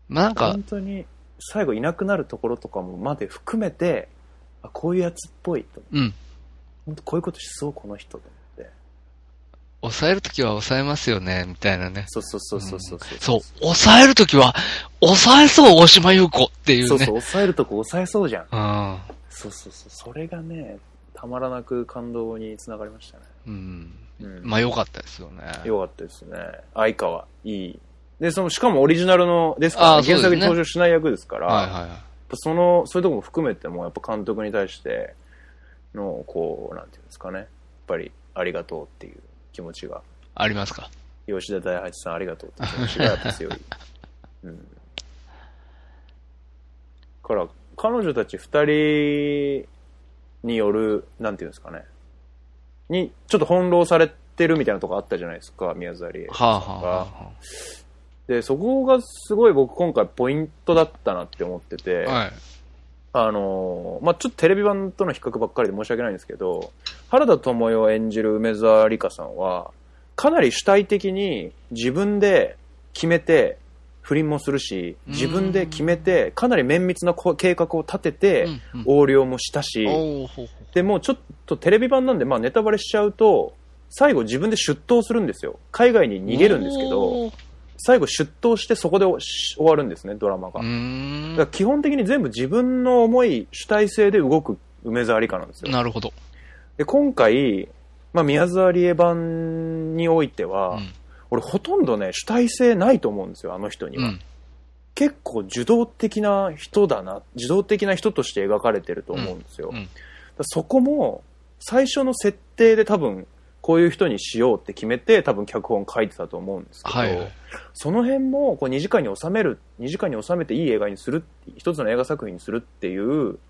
まあなんか本、当に、最後いなくなるところとかもまで含めて、あ、こういうやつっぽいと。うん。本当こういうことしそう、この人と思って。抑えるときは抑えますよね、みたいなね。そうそうそうそうそう。そう。抑えるときは、抑えそう、大島優子っていうね。そうそう、抑えるとこ抑えそうじゃん。うん。そうそうそう。それがね、たまらなく感動につながりましたね。うん。うんまあ良かったですよね。よかったですね。相川、いい。で、その、しかもオリジナルの、ですから、あーそうですね原作に登場しない役ですから、はいやっはいはい。ぱその、そういうとこも含めても、やっぱ監督に対しての、こう、なんていうんですかね、やっぱり、ありがとうっていう気持ちが、ありますか。吉田大八さんありがとうっていう気持ちがやっぱ 強い。うん。から、彼女たち二人による、なんていうんですかね、に、ちょっと翻弄されてるみたいなとこあったじゃないですか、宮沢りえ。はあ、はあはで、そこがすごい僕今回ポイントだったなって思ってて、あはあ、はい。あのーまあ、ちょっとテレビ版との比較ばっかりで申し訳ないんですけど、原田知世を演じる梅沢理香さんは、かなり主体的に自分で決めて、不倫もするし、自分で決めて、かなり綿密なこ計画を立てて、うんうん横領もしたし、おおほうほうでもうちょっとテレビ版なんで、まあ、ネタバレしちゃうと、最後自分で出頭するんですよ。海外に逃げるんですけど、おー最後出頭してそこでし終わるんですね、ドラマが。だうかーんら基本的に全部自分の思い、主体性で動く梅沢理香なんですよ。なるほど。で、今回、まあ、宮沢りえ版においては、うん俺ほとんどね、主体性ないと思うんですよ、あの人にうは。ん。結構受動的な人だな、受動的な人として描かれてると思うんですよ。うんうんだからそこも、最初の設定で多分、こういう人にしようって決めて、多分脚本書いてたと思うんですけど、はいはい。その辺もこう2時間に収める、2時間に収めていい映画にする、一つの映画作品にするっていう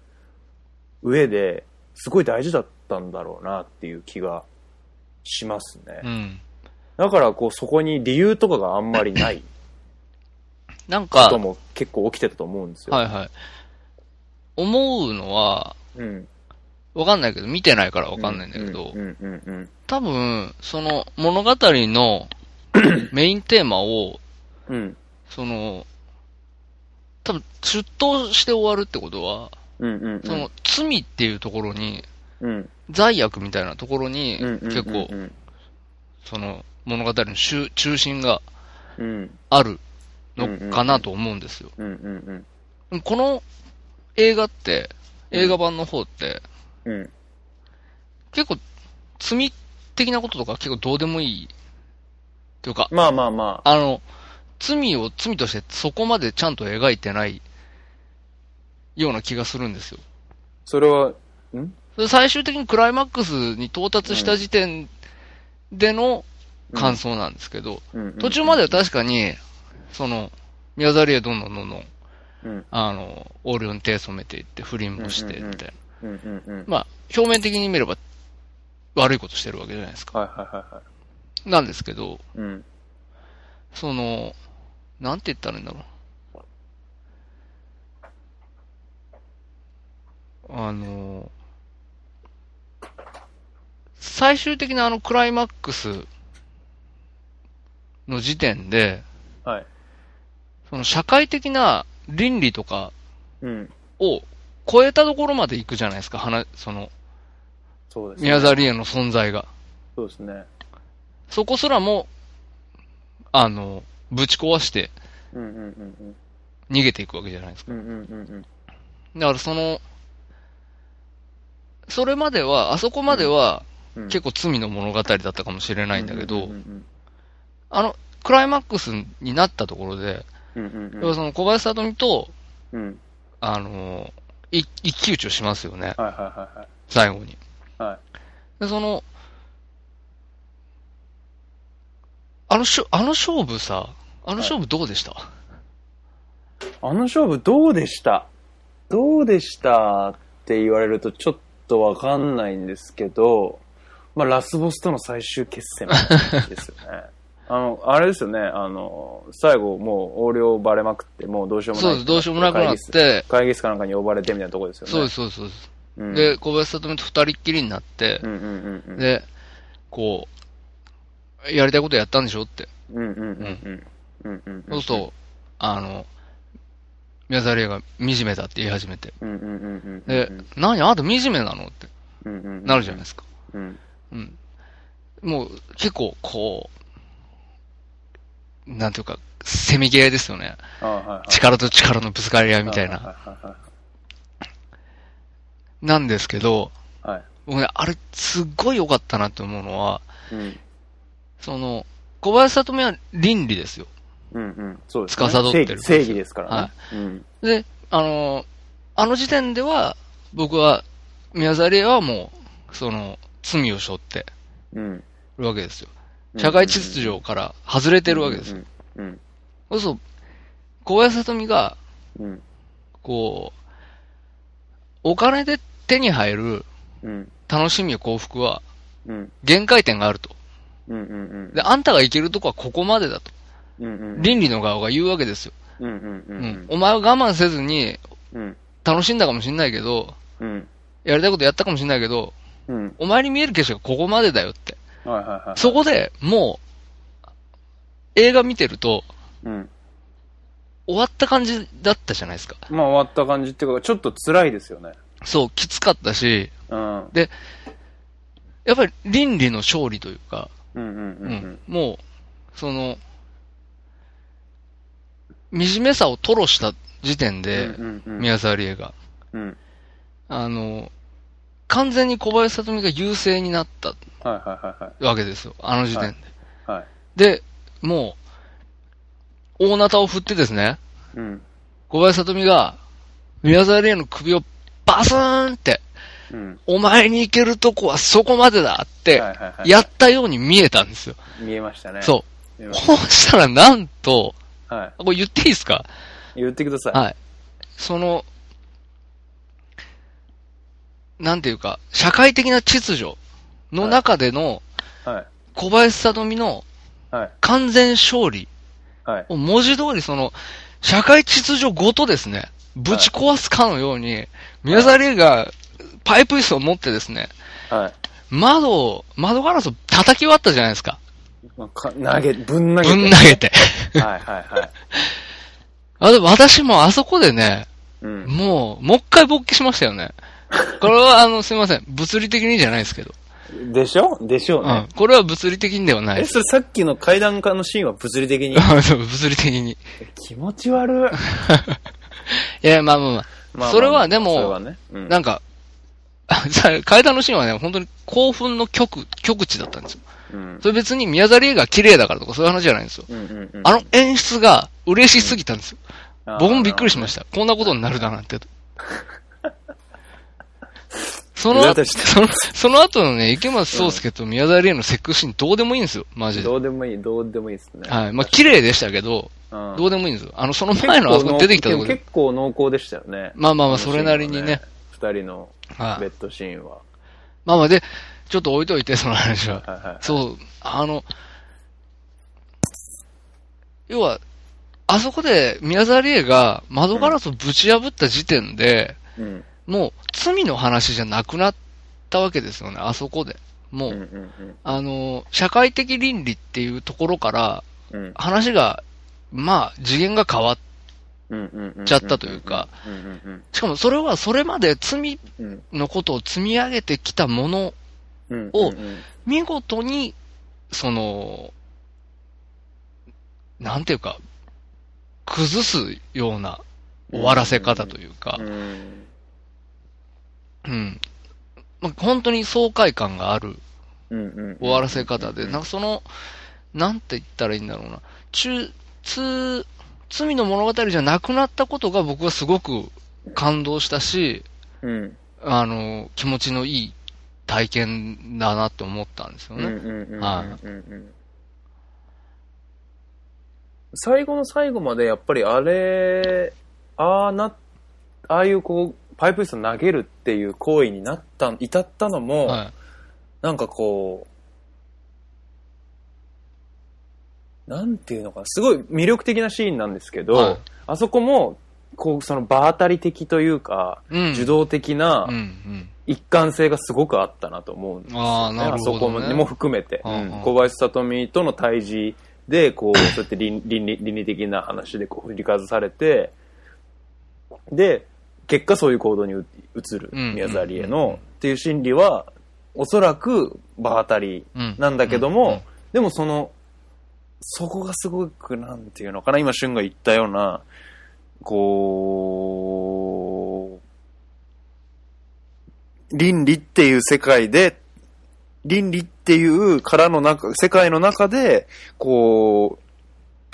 上で、すごい大事だったんだろうなっていう気がしますね。うん。だからこうそこに理由とかがあんまりないなんこかと、も結構起きてたと思うんですよ。はいはい。思うのは、うん。わかんないけど、見てないからわかんないんだけど、うんうんうん多分、その物語のメインテーマを、うん。うんその、多分出頭して終わるってことは、うんうんうん。その罪っていうところに、うん罪悪みたいなところに、うんうんうんうん、結構、その物語の中中心がうんあるのかなと思うんですよ。うんうんでもこの映画って、映画版の方って、うん。うん。結構罪的なこととか結構どうでもいい。というか、まあまあまあ。あの、罪を罪としてそこまでちゃんと描いてないような気がするんですよ。それは、それ最終的にクライマックスに到達した時点での感想なんですけど、途中までは確かに、その、宮沢りえどんどんどんどん、うんあの、横領に手染めていって不倫もして、みたいな。うんうんうんうん。まあ、表面的に見れば悪いことしてるわけじゃないですか。はいはいはいはなんですけど、い。うん。その、なんて言ったらいいんだろう。あの、最終的なあのクライマックスの時点で、はい。その社会的な倫理とかうん。を超えたところまで行くじゃないですか、話、その、そうですね。宮沢りえの存在が。そうですね。そこすらも、あの、ぶち壊してうんうんうん逃げていくわけじゃないですか。うん。うんうんうんうん。だからその、それまでは、あそこまではうん結構罪の物語だったかもしれないんだけうどんう、んあの、クライマックスになったところで、うんうん要うはんその小林聡美と、うん。うん。あの、い一騎打ちをしますよね、はいはいはいはい。最後に。はで、その、あのしょ、あの勝負さ、あの勝負どうでした、あの勝負どうでしたどうでしたって言われるとちょっとわかんないんですけど、まあラスボスとの最終決戦みたいな感じですよね。あの、あれですよね、あの、最後もう横領バレまくって、もうどうしようもそなうい。です、どうしようもなくなっ。て、会議室かなんかに呼ばれてみたいなとこですよね。そうです、そうですそうです。うん。で、小林聡美と二人っきりになってう、んうんうんうん。で、こう、やりたいことやったんでしょって。うんうんうんうん。うんうんそうすると、あの、宮沢りえが惨めだって言い始めて。うんうんうんうん。で、何あなた惨めなのってうんうんうん、なるじゃないですか。うん。うん。もう、結構、こう、なんていうか、せめぎ合いですよね。あはいはい。力と力のぶつかり合いみたいな。はいはなんですけど、いはい。はい。僕ね、あれ、すっごい良かったなって思うのは、うん。その、小林聡美は倫理ですよ。うんうん。そうです、司ってる正義正義ですからね。うん。で、あの、あの時点では、僕は、宮沢りえはもう、その、罪を背負ってうん。るわけですよ。社会秩序から外れてるわけですよ。うん。そうそう、小林聡美が、うん。こう、お金で手に入るうん。楽しみや幸福は、うん。限界点があると。うん。うん。で、あんたが行けるとこはここまでだと。うん。うん。倫理の側が言うわけですよ。うん。うん。ううんん。。お前は我慢せずに、うん。楽しんだかもしんないけど、うん。やりたいことやったかもしんないけど、うん。お前に見える景色がここまでだよって。はいはいはい。そこでもう、映画見てると、うん。終わった感じだったじゃないですか。まあ終わった感じっていうか、ちょっと辛いですよね。そう、きつかったし、うん。うんやっぱり倫理の勝利というか、うんううんん、もう、その、惨めさを吐露した時点うん。で、うんうん宮沢りえが、うん。あの、完全に小林聡美が優勢になったはいはいはいはわけですよ、あの時点い。はい。で。で、もう、大なたを振ってですね、うん。小林聡美が、宮沢りえの首をバスーンって、うん。お前に行けるとこはそこまでだってはい、はいはい。やったように見えたんですよ。見えましたね。。そう見えう。ましこうしたらなんと、たはい。これ言っていいですか言ってください。はい。その、なんていうか、社会的な秩序の中でのはい。小林聡美のはい。完全勝利はい。を文字通りその、社会秩序ごとですね、ぶち壊すかのように、宮沢りえがパイプ椅子を持ってですね、はい。窓を、窓ガラスを叩き割ったじゃないですか。まあか投げ、ぶん投げて。ぶん投げて。はいはいはい。あでも私もあそこでね、うん。もう、もう一回勃起しましたよね。これは、あの、すいません。物理的にじゃないですけど。でしょでしょううねん。。これは物理的にではないえ、です。それさっきの階段化のシーンは物理的に そう物理的に。い気持ち悪い。や、まあまあまあ。まあそれはでもそれはね。うんなんか、 さ階段のシーンはね、本当に興奮の極、極地だったんですよ。うんそれ別に宮沢りえが綺麗だからとかそういう話じゃないんですよ。うんうんうんあの演出が嬉しすぎたんですよ。あー僕もびっくりしました。こんなことになるだなん て。そのいや後、私その、その後のね、池松壮介と宮沢りえのセックスシーンどうでもいいんですよ、マジで。どうでもいい、どうでもいいですね。はい。まあ、綺麗でしたけど、うんどうでもいいんですよ。あの、その前のあそこ出てきたとこでもで。結構濃厚でしたよね。まあまあまあのシーンはそれなりにね。二人のはいベッドシーンは。まあまあで、ちょっと置いといて、その話は。はいはい。そう、あの、要は、あそこで宮沢りえが窓ガラスをぶち破った時点で、うん。もう罪の話じゃなくなったわけですよね、あそこで。もう、うんうんうんあの、社会的倫理っていうところから、うん話が、まあ、次元が変わっうんちゃったというか、うんうんしかもそれはそれまで積みうんのことを積み上げてきたもの、うんをうんうん見事に、その、なんていうか、崩すような終わらせ方というかう、んうん。まあ、本当に爽快感があるうんうん終わらせ方で、うんなんかその、なんて言ったらいいんだろうな、中、つ、罪の物語じゃなくなったことが僕はすごく感動したし、うんあの、気持ちのいい体験だなって思ったんですようんうんね。うんうんはうんうん最後の最後までやっぱりあれああなああいうこうパイプ椅子を投げるっていう行為になった至ったのも、はなんかこう、なんていうのかな、すごい魅力的なシーンなんですけど、はいあそこも、こう、その場当たり的というか、い。うん。受動的なうん、うん。一貫性がすごくあったなと思うんですよ、ね。ああ、なるほあそこど、もね。も含めて、うんうん小林聡美との対峙で、こう、そうやって倫倫理倫理的な話でこう振りかざされて、で、結果そういう行動にう移る、うん宮沢りえうんの、っていう心理は、おそらく場当たりうんなんだけども、、でもその、そこがすごく、なんていうのかな、今、俊が言ったような、こう、倫理っていう世界で、倫理っていうからの中、世界の中で、こう、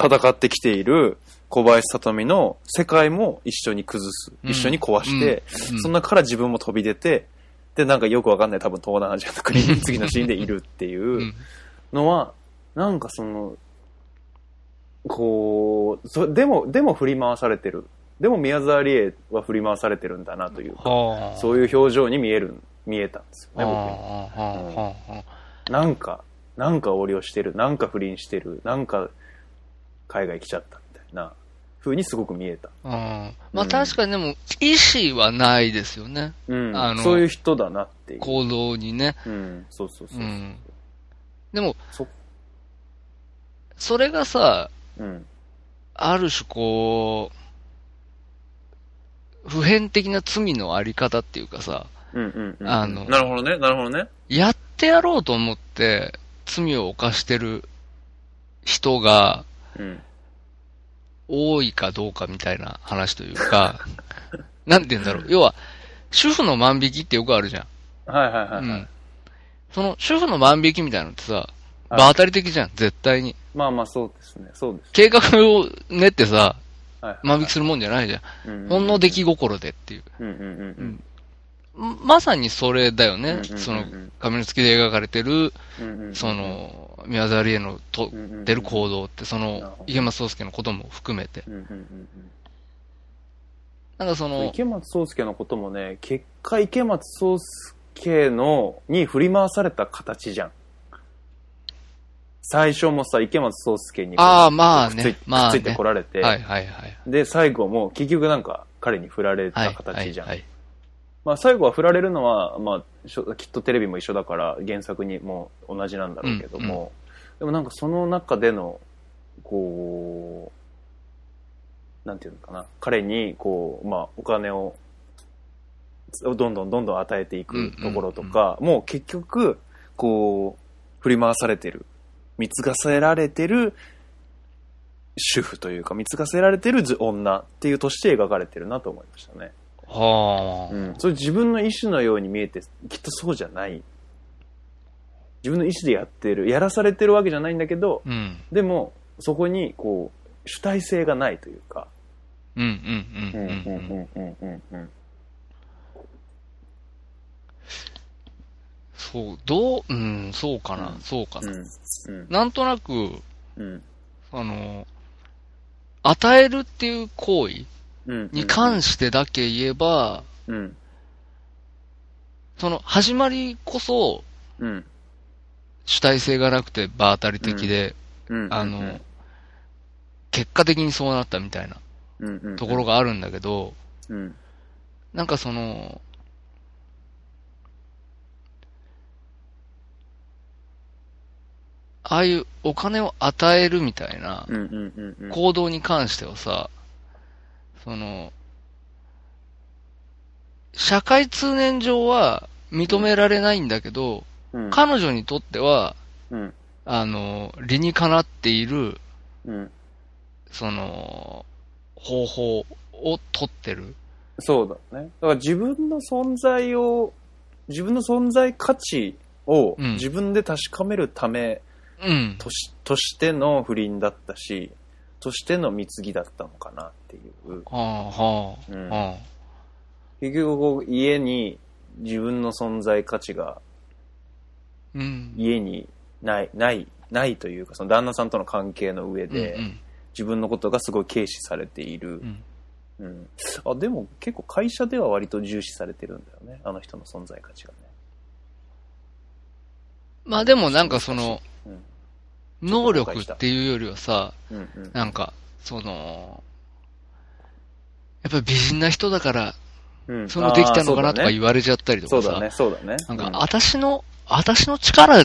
戦ってきている小林聡美の世界も一緒に崩す、うん一緒に壊して、うんその中から自分も飛び出て、で、なんかよくわかんない多分東南アジアの国 に次のシーンでいるっていうう、んうんのは、なんかその、こう、そでも、でも振り回されてる。でも宮沢りえは振り回されてるんだなというか、はあ。そういう表情に見える、見えたんですよね、僕に。はあはあはあはなんか、なんか横領してる、なんか不倫してる、なんか海外来ちゃったみたいな風にすごく見えた。あうんまあ確かにでも、意思はないですよね。うんあのそういう人だなっていう。行動にね。うん、そうそうそうう。ん。でも、そそれがさ、うん、ある種こう、普遍的な罪のあり方っていうかさ、うん、うん、うん。あのなるほどね、なるほどね。やってやろうと思って罪を犯してる人がうん。多いかどうかみたいな話とい うか、なんて言うんだろう。要は、主婦の万引きってよくあるじゃん。はいはいはういはい。ん。その、主婦の万引きみたいなのってさ、場当たり的じゃん、絶対に。まあまあそうですね、そうです。計画を練ってさ、はいはいはい万引きするもんじゃないじゃん。ほんの出来心でっていう。うんうんうんまさにそれだようんうんうんねうん。その、紙の付きで描かれてる、うんうんうんその、宮沢りえのうとんうんうん出る行動って、そなるほのど、池松壮介のことも含めて。うんうんうんなんかそうんの、池松壮亮のこともね結果池松壮亮のに振り回された形じゃん最初もさ池松壮亮にこうああ、まあくっついね。まあくね。っついてこられて、はいはいはい。で最後も結局なんか彼に振られはたいはい形じゃん、はい。まあ、最後は振られるのは、まあしょ、きっとテレビも一緒だから原作にも同じなんだろうけども、でもなんかその中でのこうなんていうのかな彼にこう、まあ、お金をどんどんどんどん与えていくところとか、もう結局こう振り回されてる貢がせられてる主婦というか貢がせられてる女っていうとして描かれてるなと思いましたね。はあ。それ自分の意思のように見えてきっとそうじゃない自分の意思でやってるやらされてるわけじゃないんだけどうん。でもそこにこう主体性がないというかうんうんうんうんうん。そう、どう、うん、そうかな、うんそうかな。なんとなく、あの、与えるっていう行為に関ししてだけ言えば、うんその、始まりこそ、うん主体性がなくて場当たり的で、うんあの、結果的にそうなったみたいなところがあるんだけど、うんなんかその、ああいうお金を与えるみたいなうんうんうんうん。行動に関してはさ、その、社会通念上は認められないんだけど、うん彼女にとっては、うんあの、理にかなっている、うん。その、方法を取ってる。そうだね。だから自分の存在を、自分の存在価値をうん自分で確かめるためうん。とし,、としての不倫だったし、としての貢ぎだったのかなっていう。はあ、はうあ、んは結局こう家に自分の存在価値があ。うん。家にない、ない、ないというか、その旦那さんとの関係の上で、うん自分のことがすごい軽視されているうんう。ん。うん。あ、でも結構会社では割と重視されてるんだよね。あの人の存在価値がね。まあでもなんかその、うん。能力っていうよりはさ、うんうん。なんか、その、やっぱり美人な人だから、うんそのできたのかなとかう言われちゃったりとそかうださね、、そうだね。なんうか、ん私の、私の力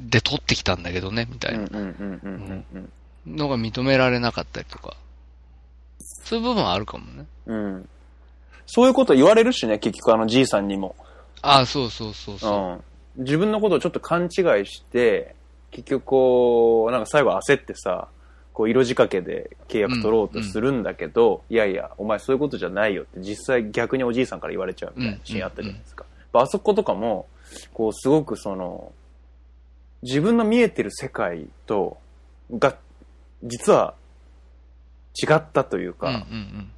で取ってきたんだけどね、みたういんなうんうんうんうんうん。のが認められなかったりとか、そういう部分はあるかもね。うん。そういうこと言われるしね、結局あのじいさんにも。ああ、そうそうそううそん。自分のことをちょっと勘違いして、結局こう、なんか最後焦ってさ、こう色仕掛けで契約取ろうとするんだけど、いやいや、お前そういうことじゃないよって実際逆におじいさんから言われちゃうみたいなシーンあったじゃないですか。あそことかも、こうすごくその、自分の見えてる世界と、が、実は違ったというう。うか、んうんうん。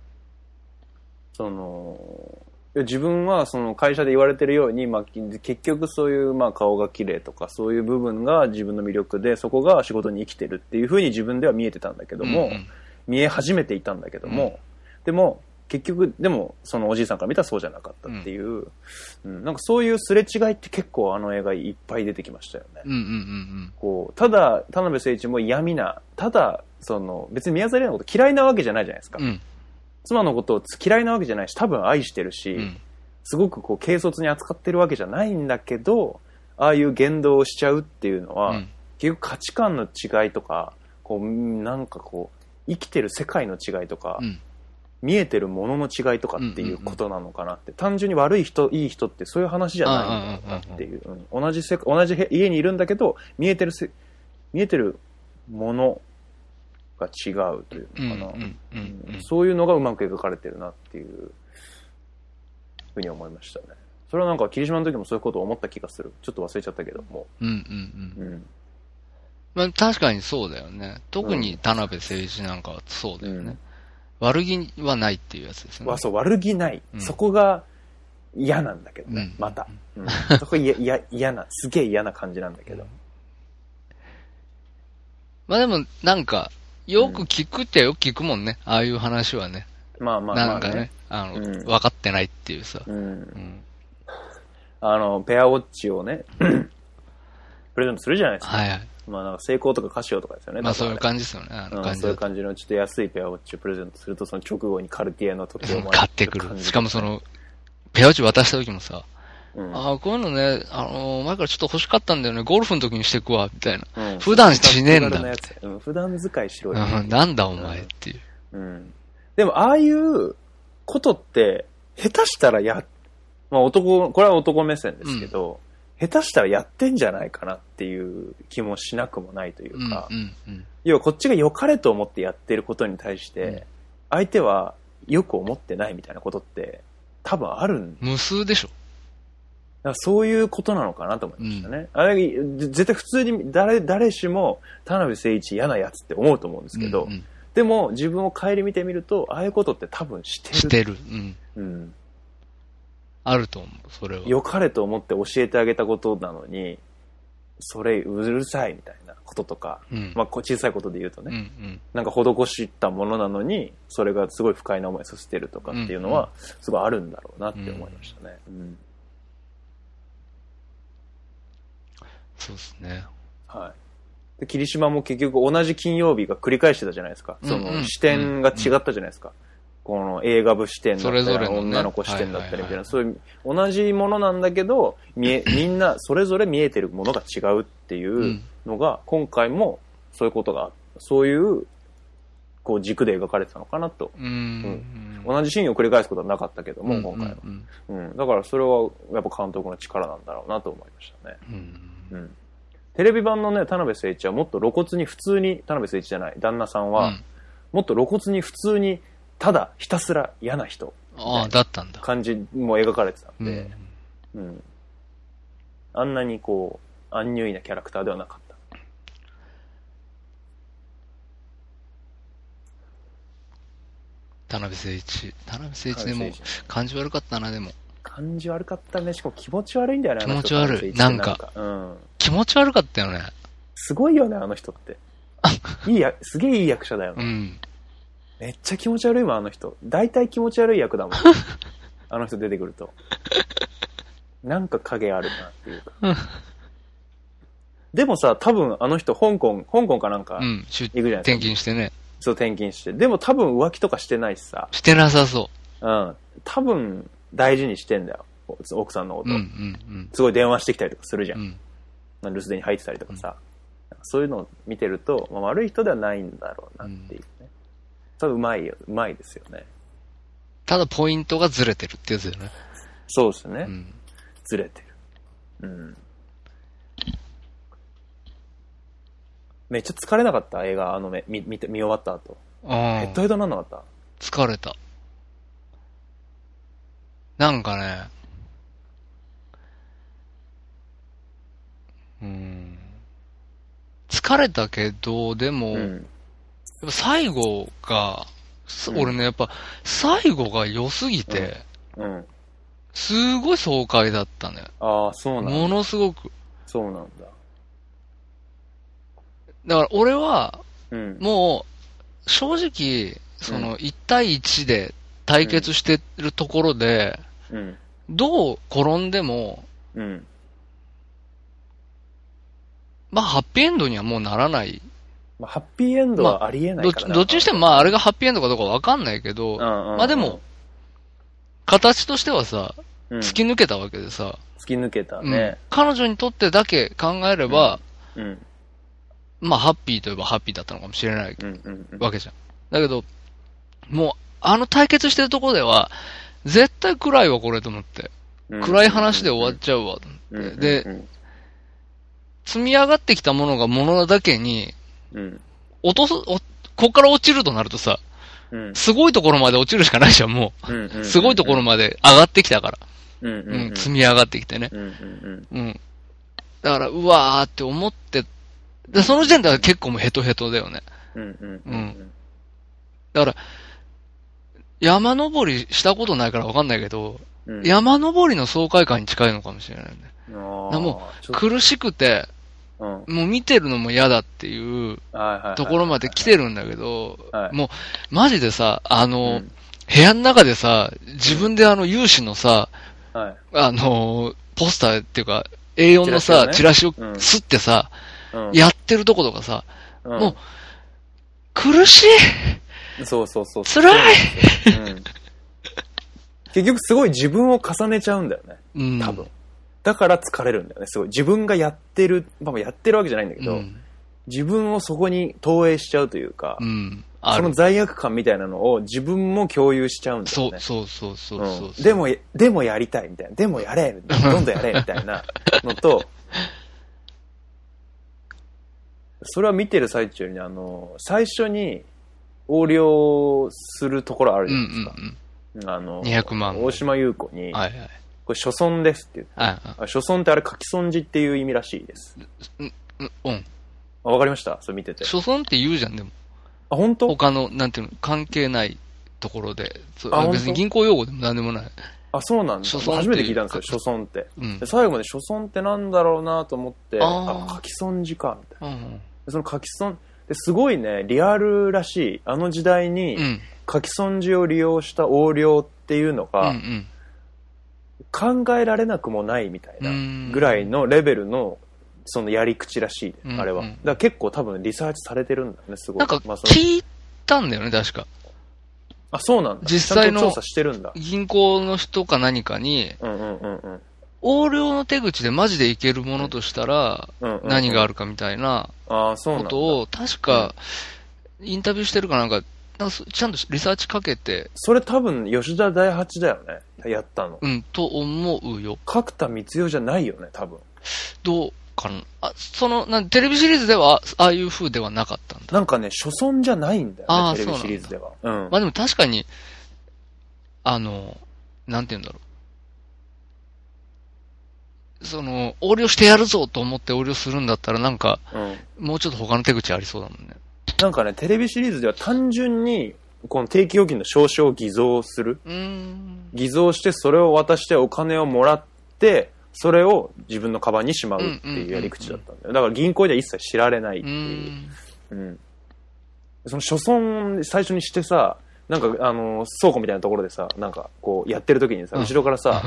その、いや自分はその会社で言われてるように、まあ、き結局そういうまあ顔が綺麗とかそういう部分が自分の魅力でそこが仕事に生きてるっていうふうに自分では見えてたんだけども、うんうん見え始めていたんだけども、でも結局でもそのおじいさんから見たらそうじゃなかったっていう、うんなんかそういうすれ違いって結構あの映画いっぱい出てきましたよね。うんうんうんこうただ田辺誠一も闇なただその別に宮沢りえのこと嫌いなわけじゃないじゃないですか、うん。うん妻のことを嫌いなわけじゃないし多分愛してるし、うん。すごくこう軽率に扱ってるわけじゃないんだけどああいう言動をしちゃうっていうのうは、ん結局価値観の違いとかこううんなんかこう生きてる世界の違いとか、うん見えてるものの違いとかっていうことなのかなって、単純に悪い人いい人ってそういう話じゃないんだなっていう、うん同じせ同じ部家にいるんだけど見えてるせ見えてるものが違うといううんうのかな、んうんうんそういうのがうまく描かれてるなっていうふうに思いましたね。それはなんか霧島の時もそういうことを思った気がする。ちょっと忘れちゃったけども。うんうんう。ん。まあ確かにそうだよね。特うにん田辺誠一なんかはそうだようねん。悪気はないっていうやつですよねわ。そう、悪気ない。うんそこが嫌なんだけどね、うんまた。うん、そこいやいや嫌な、すげえ嫌な感じなんだけど。まあでも、なんか、よく聞くってよく聞くもんね。ああいう話はね。まあまあまあ、なんかね、あの、うん分かってないっていうさ。うんう。ん。あの、ペアウォッチをね、 プレゼントするじゃないですか。はいはい。まあなんか成功とかカシオとかですよね。まあ多そう分いう感じですよね。あのうん感じそういだう感じのちょっと安いペアウォッチをプレゼントすると、その直後にカルティエの時計をうん買ってく感る。じしかもその、ペアウチ渡した時もさ、うんああ、こういうのね、あのー前からちょっと欲しかったんだよね。ゴルフの時にしてくわ、みたいな。うん普段しねえんだ手軽なやつうん普段使いしろよ、うん、なんだお前っていうう。、んでも、ああいうことって、下手したらや、まあ男、これは男目線ですけど、下手したらやってんじゃないかなっていう気もしなくもないといううんうか、ん、うん。要はこっちが良かれと思ってやってることに対して、うん相手はよく思ってないみたいなことって、多分あるん無数でしょ。だからそういうことなのかなと思いましたね。あれ、ぜ絶対普通に誰、誰しも田辺誠一嫌なやつって思うと思うんですけど、うんうんでも自分を顧みてみると、ああいうことって多分してる。してる。うん。うん。あると思う、それは。良かれと思って教えてあげたことなのに、それうるさいみたいなこととか、うん。まあこう小さいことで言うとね、うん、うん。なんか施したものなのに、それがすごい不快な思いさせてるとかっていうのは、すごいあるんだろうなって思いましたね。うんそうですね。はい。で、霧島も結局同じ金曜日が繰り返してたじゃないですか。そうんうのん視点が違ったじゃないですか。この映画部視点だったり、それぞれのね女の子視点だったりみたいな、はいはいはいそういう 同じものなんだけど、見え、みんなそれぞれ見えてるものが違うっていう、うん。のが、今回もそういうことが、そういう、こう軸で描かれてたのかなと。うん。うん同じシーンを繰り返すことはなかったけども、うん今回は。うんうん。だからそれは、やっぱ監督の力なんだろうなと思いましたね。うんうん。テレビ版のね、田辺誠一はもっと露骨に普通に、田辺誠一じゃない、旦那さんは、うんもっと露骨に普通に、ただひたすら嫌な人、ああ、だったんだ。感じも描かれてたんうんで、うん。あんなにこう、安入意なキャラクターではなかった。田辺誠一。田辺誠一で田も辺誠、一感じ悪かったな、でも。感じ悪かったね。しかも気持ち悪いんだよね、あの人気持ち悪い田辺なんか誠一ってなんか。うん。気持ち悪かったよね。すごいよね、あの人 って。いいや、すげえいい役者だよね。うん。めっちゃ気持ち悪いもん、あの人。大体気持ち悪い役だもん。 あの人出てくると。なんか影あるなっていうか。でもさ、多分あの人、香港、香港かなんかうん。出行くじゃないですか。転勤してね。そう、転勤して。でも多分浮気とかしてないしさ。してなさそうん。多分大事にしてんだよ。奥さんのこう。と。うんうんすごい電話してきたりとかするじゃうん。うん。留守電に入ってたりとかさ、そういうのを見てると、まあ、悪い人ではないんだろうなっていうね、ただうまいようまいですよねただポイントがずれてるってやつだよね。そうですね、うん。ずれてるうんめっちゃ疲れなかった映画あのめ見見て見終わった後あヘあッド。ヘッドになんなかった疲れた。なんかね、うん。疲れたけど、でも、うやっんぱ最後が、すうん俺ね、やっぱ最後が良すぎて、うんすごい爽快だったね。ああそうなんだものすごく。そうなんだだから俺は、うんもう、正直、その、1対1で対決してるところで、うんどう転んでも、うんまあ、ハッピーエンドにはもうならない。まあ、ハッピーエンドはありえなどいっかちらなどっちにしても、まあ、あれがハッピーエンドかどうかわかんないけど、うんうんうんまあでも、形としてはさ、うん突突き抜けたわけでさ、き抜けたうんね、彼女にとってだけ考えれば、うんまあ、ハッピーといえばハッピーだったのかもしれないうんうんうんわけじゃん。だけど、もう、あの対決してるとこでは、絶対暗いわ、これと思って。暗い話で終わっちゃうわ。うんうんうんで積み上がってきたものがものなだけに、うん落とす、おこっから落ちるとなるとさ、うんすごいところまで落ちるしかないじゃん、もうんうんう。すごいところまで上がってきたから。うんうんううんん、積み上がってきてね。うんうんうん。だから、うわーって思って、でその時点では結構もうヘトヘトだよね。うんうんうんうんだから、山登りしたことないからわかんないけど、うん山登りの爽快感に近いのかもしれないね。あーでもちょっと苦しくて、うんはいもう見てるのも嫌だっていうはいはいところまで来てるんだけどは、いもう、マジでさ、あうの、ん部屋の中でさ、自分であの、有志のさ、はいあの、ポスターっていうか、A4 のさ、チチラシをうんすってさ、うんやってるとことかさ、うんもう苦しいそうそうそう辛いうん結局すごい自分を重ねちゃうんだよねうん。多分だから疲れるんだよねすごい自分がやってるまあやってるわけじゃないんだけうどん。自分をそこに投影しちゃうというかうん。あそのる。罪悪感みたいなのを自分も共有しちゃうんだよそねう、そうそうそううんそう。でも、でもやりたいみたいな。でもやれみ たいな。どんどんやれみたいなのと、それは見てる最中に、あの、最初に横領するところあるうんじうゃなんいですか。あの、 200万大島優子に、うん。はいはい。これ、所存ですって言うあああ所存ってあれ、書き損じっていう意味らしいです。うんうん。あわかりましたそれ見てて。所存って言うじゃん、でも。あ、本当他の、なんていうの、関係ないところで。そうあ本当別に銀行用語でも何でもない。あ、そうなんだ。所存って初めて聞いたんですよ、所存って。うんで。最後まで所存ってなんだろうなと思って、ああー書き損じか、みたいな。うん。でその書き損ですごいねリアルらしいあの時代うにん。書き損じを利用した横領っていうのうがん。考えられなくもないみたいなうんぐらいのレベルのそのやり口らしいね、うんあれはうんだから結構多分リサーチされてるんだよねすごいなんか、まあ、その聞いたんだよね、確か。あそうなんだ実際のちゃんと調査してるんだ銀行の人か何かに、うんうんうんうん横領の手口でマジでいけるものとしたら、うんうん何があるかみたいなああ、そうなんこだ。とを、確か、インタビューしてるかなんか、なんかそちゃんとリサーチかけて、それ多分、吉田大八だよね。やったの。うん、と思うよ。角田光代じゃないよね、多分。どうかな。あ、その、なんテレビシリーズでは、ああいう風ではなかったんだ。なんかね、初村じゃないんだよあね、ーテレビシリーズでは。うんま。あでも確かに、あの、なんて言うんだろう。その、横領してやるぞと思って横領するんだったら、なんか、うんもうちょっと他の手口ありそうだもんね。なんかね、テレビシリーズでは単純に、この定期預金の証書を偽造する。うーん。偽造して、それを渡してお金をもらって、それを自分のカバンにしまうっていうやり口だったんだよ。だから銀行では一切知られないっうていう。ーん。うん。その初損最初にしてさ、なんかあの、倉庫みたいなところでさ、なんかこうやってる時にさ、うん後ろからさ、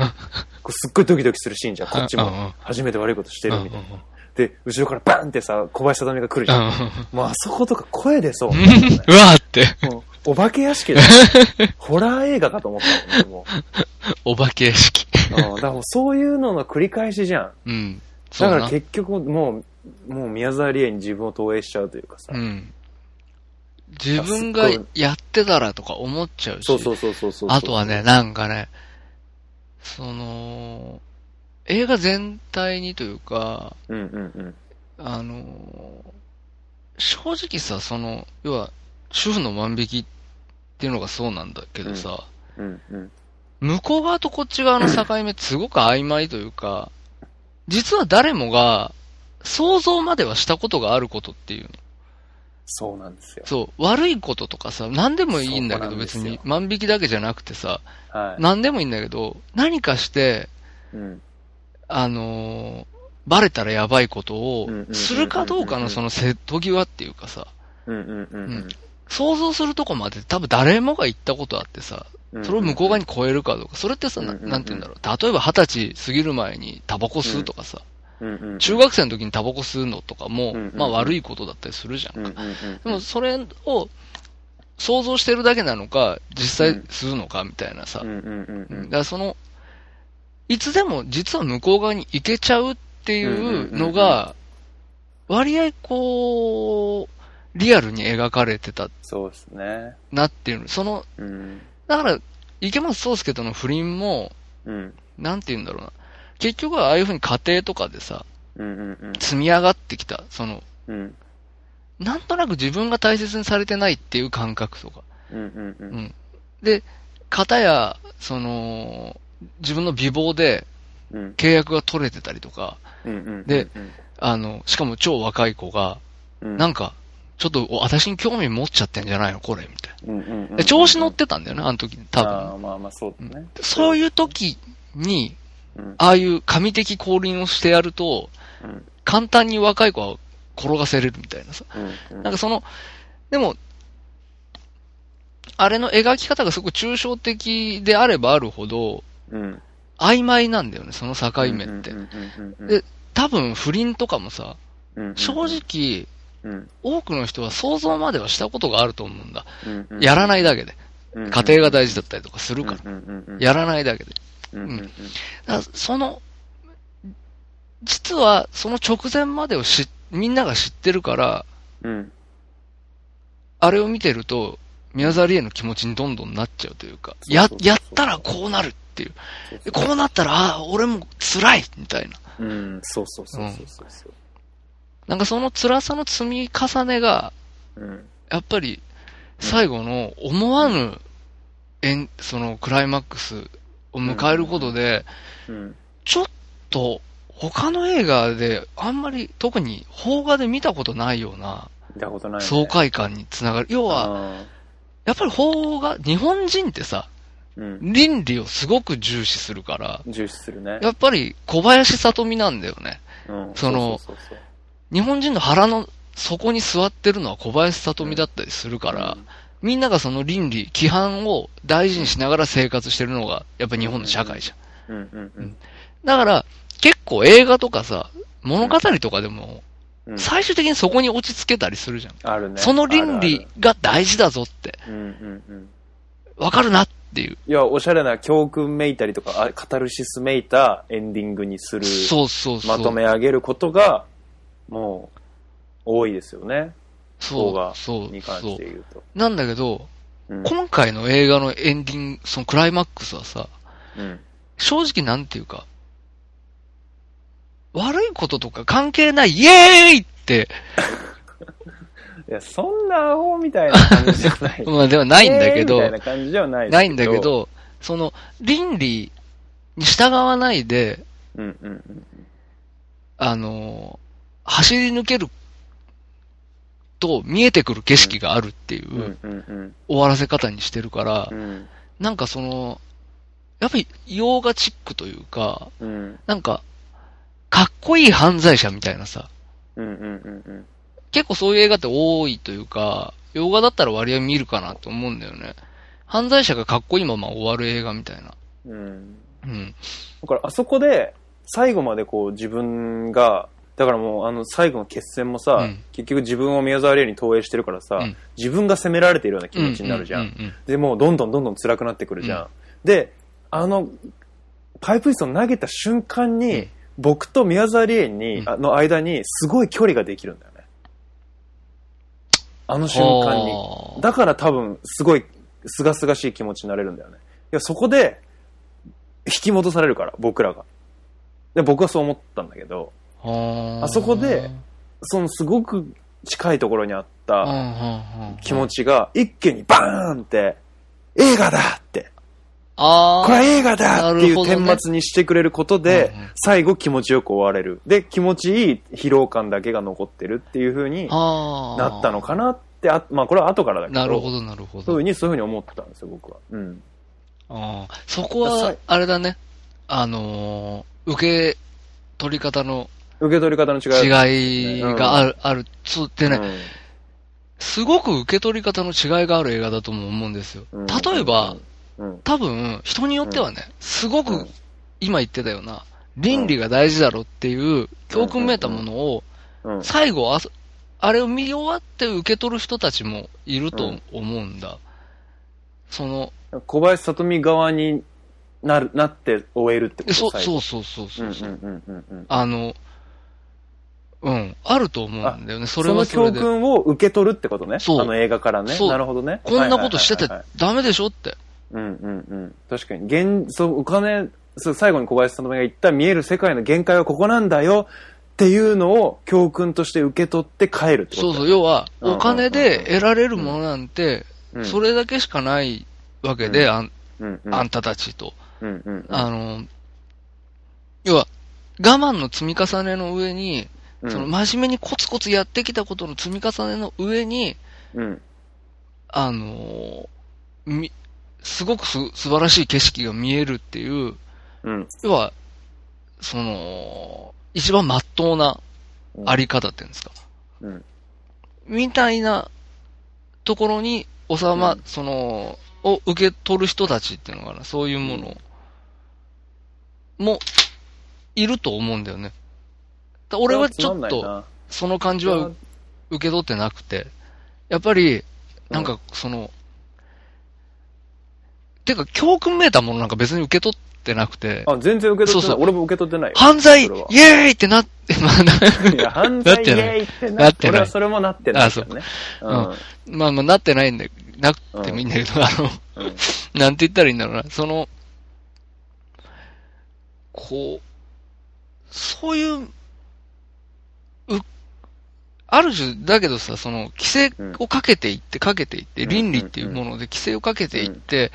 こうすっごいドキドキするシーンじゃん。こっちうんうんも初めて悪いことしてうるんみたいな。で、後ろからバーンってさ、小林さみが来るじゃん。もうあそことか声出そう。うわーって、もうお化け屋敷 だよホラー映画かと思ったもんね、もお化け屋敷。う。うんだからもうそういうのの繰り返しじゃん。うん。そだうかなら結局もう、もう宮沢りえに自分を投影しちゃうというかさ。うん。自分がやってたらとか思っちゃうし。そうそうそうそうそう。あとはね、なんかね、その、映画全体にというか、うんうんうん。あの、正直さ、その、要は、主婦の万引きっていうのがそうなんだけどさ、うんうん。向こう側とこっち側の境目すごく曖昧というか、実は誰もが想像まではしたことがあることっていうの。そうなんですよ。そう、悪いこととかさ、何でもいいんだけそどうなんです別よに万引きだけじゃなくてさ、はい。何でもいいんだけど、何かして、うん。あのーバレたらやばいことをうんうんうんうんうんするかどうかのその瀬戸際っていうかさ、うんうんうんうん想像するとこまで多分誰もが行ったことあってさ、うん。それを向こう側に超えるかどうか、それってさ、なうんうんうんなんて言うんだろう。例えば二十歳過ぎる前にタバコ吸うとかさ、うんうんうん、中学生の時にタバコ吸うのとかうもんうんう、んまあ悪いことだったりするじゃうんんうかん。うん。でもそれを想像してるだけなのか、実際吸うのかみたいなさう、んうんうんううんんだからその、いつでも実は向こう側に行けちゃうっていうのが、割合こう、リアルに描かれてたそうですね。なっていう、その、うん。だから、池松壮亮との不倫も、うん。なんて言うんだろうな。結局はああいうふうに家庭とかでさ、うんうんうん積み上がってきた、その、うん。なんとなく自分が大切にされてないっていう感覚とか。うんうんうん。うんで、片や、その、自分の美貌でうん契約が取れてたりとか、うんうん。で、あの、しかも超若い子が、うんなんか、ちょっとお私に興味持っちゃってんじゃないのこれ、みたいうんうんうんな。調子乗ってたんだよね、あの時、多あ分。ーまあまあ、そうだね。そういう時に、うんああいう神的降臨をしてやると、うん簡単に若い子は転がせれるみたいなさ。うんうんなんかその、でも、あれの描き方がすごく抽象的であればあるほど、うん曖昧なんだよね、その境目うん。ってうんうんうんうんで多分不倫とかもさ、うんうん正直、うん多くの人は想像まではしたことがあると思うんだ。うんうんやらないだけで。家庭が大事だったりとかするから。うんうんうんやらないだけで。うんうんうんだからその、実はその直前までを知っみんなが知ってるから、うんあれを見てると、宮沢りえの気持ちにどんどんなっちゃうというか、そうそうやそう、やったらこうなるっていう。でこうなったら、ああ、俺も辛いみたいな。うんそうそうそうそうそうそうなんかその辛さの積み重ねが、うんやっぱり、最後の思わぬ、えん、そのクライマックスを迎えることで、うんちょっと、他の映画で、あんまり、特に、邦画で見たことないような、見たことないね爽快感につながる。要は、あやっぱり邦画、日本人ってさ、ーうん倫理をすごく重視するから、重視するねやっぱり小林聡美なんだよね。うんそのそうそうそうそう日本人の腹の底に座ってるのは小林聡美だったりするから、みんながその倫理、規範を大事にしながら生活してるのが、やっぱ日本の社会じゃん。うんうんうんだから、結構映画とかさ、物語とかでも、うん最終的にそこに落ち着けたりするじゃん。あるねその倫理が大事だぞって、あるあるうんうんわかるなっっていう。いや、おしゃれな教訓めいたりとか、あカタルシスめいたエンディングにする、そうそうそう。まとめ上げることが、もう、多いですよね。そ邦画う、そう、に関そして言うと。う。なんだけど、うん今回の映画のエンディング、そのクライマックスはさ、うん正直なんていうか、悪いこととか関係ない、イエーイって、いや、そんなアホみたいな感じじゃ ない。まあではないんだけど、えーみたいな感じではないですないんだけ。ど、その、倫理に従わないで、うんうんうん。あの、走り抜けると見えてくる景色があるっていう、うんうん終わらせ方にしてるから、うん。なんかその、やっぱり洋画チックというか、うんなんか、かっこいい犯罪者みたいなさ、うんうんうんうん。結構そういう映画って多いというか、洋画だったら割合見るかなと思うんだよね。犯罪者がかっこいいまま終わる映画みたいな。うん。うん。だからあそこで最後までこう自分がだからもうあの最後の決戦もさ、うん結局自分を宮沢りえに投影してるからさ、うん自分が責められているような気持ちになるじゃん。うううでもうどんどんどんどん辛くなってくるじゃん。で、あのパイプ椅子を投げた瞬間に、うん僕と宮沢りえに、うんあの間にすごい距離ができるんだよね。あの瞬間に。はあだから多分、すごい、すがすがしい気持ちになれるんだよね。いや、そこで、引き戻されるから、僕らが。で、僕はそう思ったんだけど、はああそこでそのすごく近いところにあっうんうたんうん気持ちが、一気にバーンって、映画だって、あこあ。れは映画だっていなるうほどね顛末にしてくれることでうんうん、最後気持ちよく終われる。で、気持ちいい疲労感だけが残ってるっていう風にああ。なったのかなって、あまあこれは後からだけど、なるほど、なるそういほうど風。に、そういう風に思ったんですよ、僕は。うん。ああそこさ、はいあれだね。あのー、受け取り方の受け取り方の違い。違いがある、ある。そうってね、うんすごく受け取り方の違いがある映画だとも思うんですよ。うん例えば、うん。多分、人によってはね、すごうくん、今言ってたような、倫理が大事だろっていう教訓めいたものを、うん。最後あそ、あれを見終わって受け取る人たちもいると思うんだ。その、小林里美側になる、なって終えるってこと。えそそううそうそううそんううんそう、うんうんうん。あの、うん、あると思うんだよね。そそれのはそれ教で。訓を受け取るってことね。そうあの映画からね。そうなるほどね。こんなことしててはいはいダメでしょって。はいはいうんうんうん。確かに。現、そう、お金、そう最後に小林里美が言った見える世界の限界はここなんだよっていうのを教訓として受け取って帰るってことそうそう、要は、うんうんうんお金で得られるものなんて、うんそれだけしかないわけで、あんうんうん。あんたたちと。うんうんうん。あの、要は、我慢の積み重ねの上に、うん、その真面目にコツコツやってきたことの積み重ねの上に、うん。あのーみ、すごくす素晴らしい景色が見えるっていう、うん。要は、その、一番真っ当なあり方っていうんですか。うん。みたいなところに、収ま、うんその、を受け取る人たちっていうのかな、そういうものも、いると思うんだよね。だ俺はちょっつまんないと、な、その感じは受け取ってなくて、やっぱり、なんかその、てか教訓めいたものなんか別に受け取ってなくて、あ、全然受け取ってない。そうそう俺も受け取ってないよ。犯罪イエそれはーイってなって、 まあないや、犯罪なイってエなーいイってななってっないて、俺はそれもなってないけどね。あ まあまあなってないんで、なくてもいいんだけど、あの、 うんうんなんて言ったらいいんだろうな、その、こう、そういう、う、ある種、だけどさ、その、規制をかけていって、かけていって、うん倫理っていうもので規制をかけていって、うん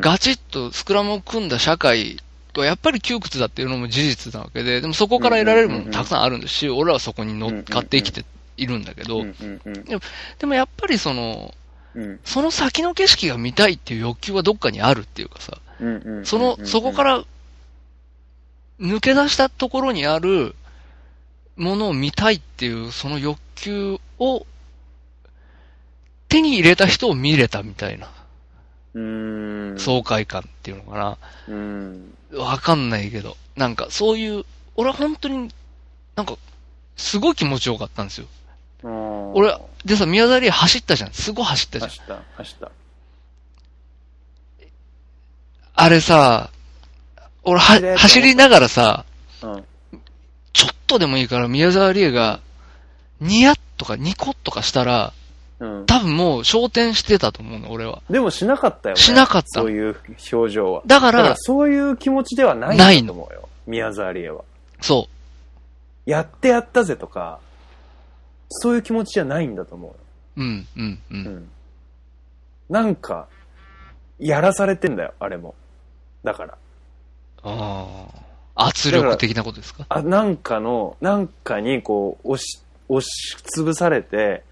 ガチッとスクラムを組んだ社会と、やっぱり窮屈だっていうのも事実なわけで、でもそこから得られるものもたくさんあるんだし、俺らはそこに乗っかって生きているんだけうど、んうんうんでもやっぱりその、うんその先の景色が見たいっていう欲求はどっかにあるっていうかさ、うんうんうんうんその、そこか、ら抜け出したところにあるものを見たいっていう、その欲求を手に入れた人を見れたみたいなうん、爽快感っていうのかうん。な。わかんないけど。なんかそういう、俺は本当になんかすごい気持ちよかったんですよ。俺俺は、でさ、宮沢りえ走ったじゃん。すごい走ったじゃん。走った、走った。あれさ、俺綺麗と思は、った走りながらさ、うん。ちょっとでもいいから宮沢りえが、ニヤッとかニコッとかしたら、うん。多分もう焦点してたと思うの、俺は。でもしなかったよね。しなかったそういう表情は。だかだからら、そういう気持ちではないんないだのと思うよ。宮沢りえは。そやってやったぜとか、そういう気持ちじゃないんだと思うよ。う。うん、うん、う。うんん。なんか、やらされてんだよ、あれも。だから。ああ。圧力的なことですかあ、なんかの、なんかにこう、押し、押しつぶされて、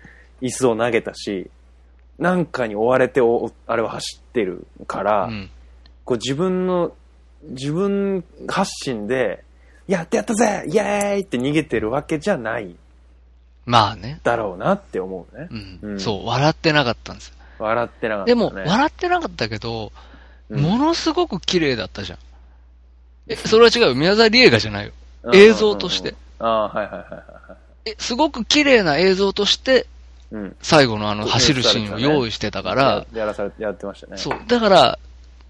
椅子を投げたし、なんかに追われてお、あれは走ってるから、うん。こう自分の、自分発信で、やってやったぜイエーイって逃げてるわけじゃないまあね。だろうなって思うね。うん。うんそう、笑ってなかったんですよ。笑ってなかった、ね。でも、笑ってなかったけど、うんものすごく綺麗だったじゃん。え、それは違うよ。宮沢りえがじゃないよ。うん映像として。ああ、はいはいはいはえ、すごく綺麗な映像として、い。うん。最後のあの走るシーンを用意してたから、や、やらされて、やってましたね。そう。だから、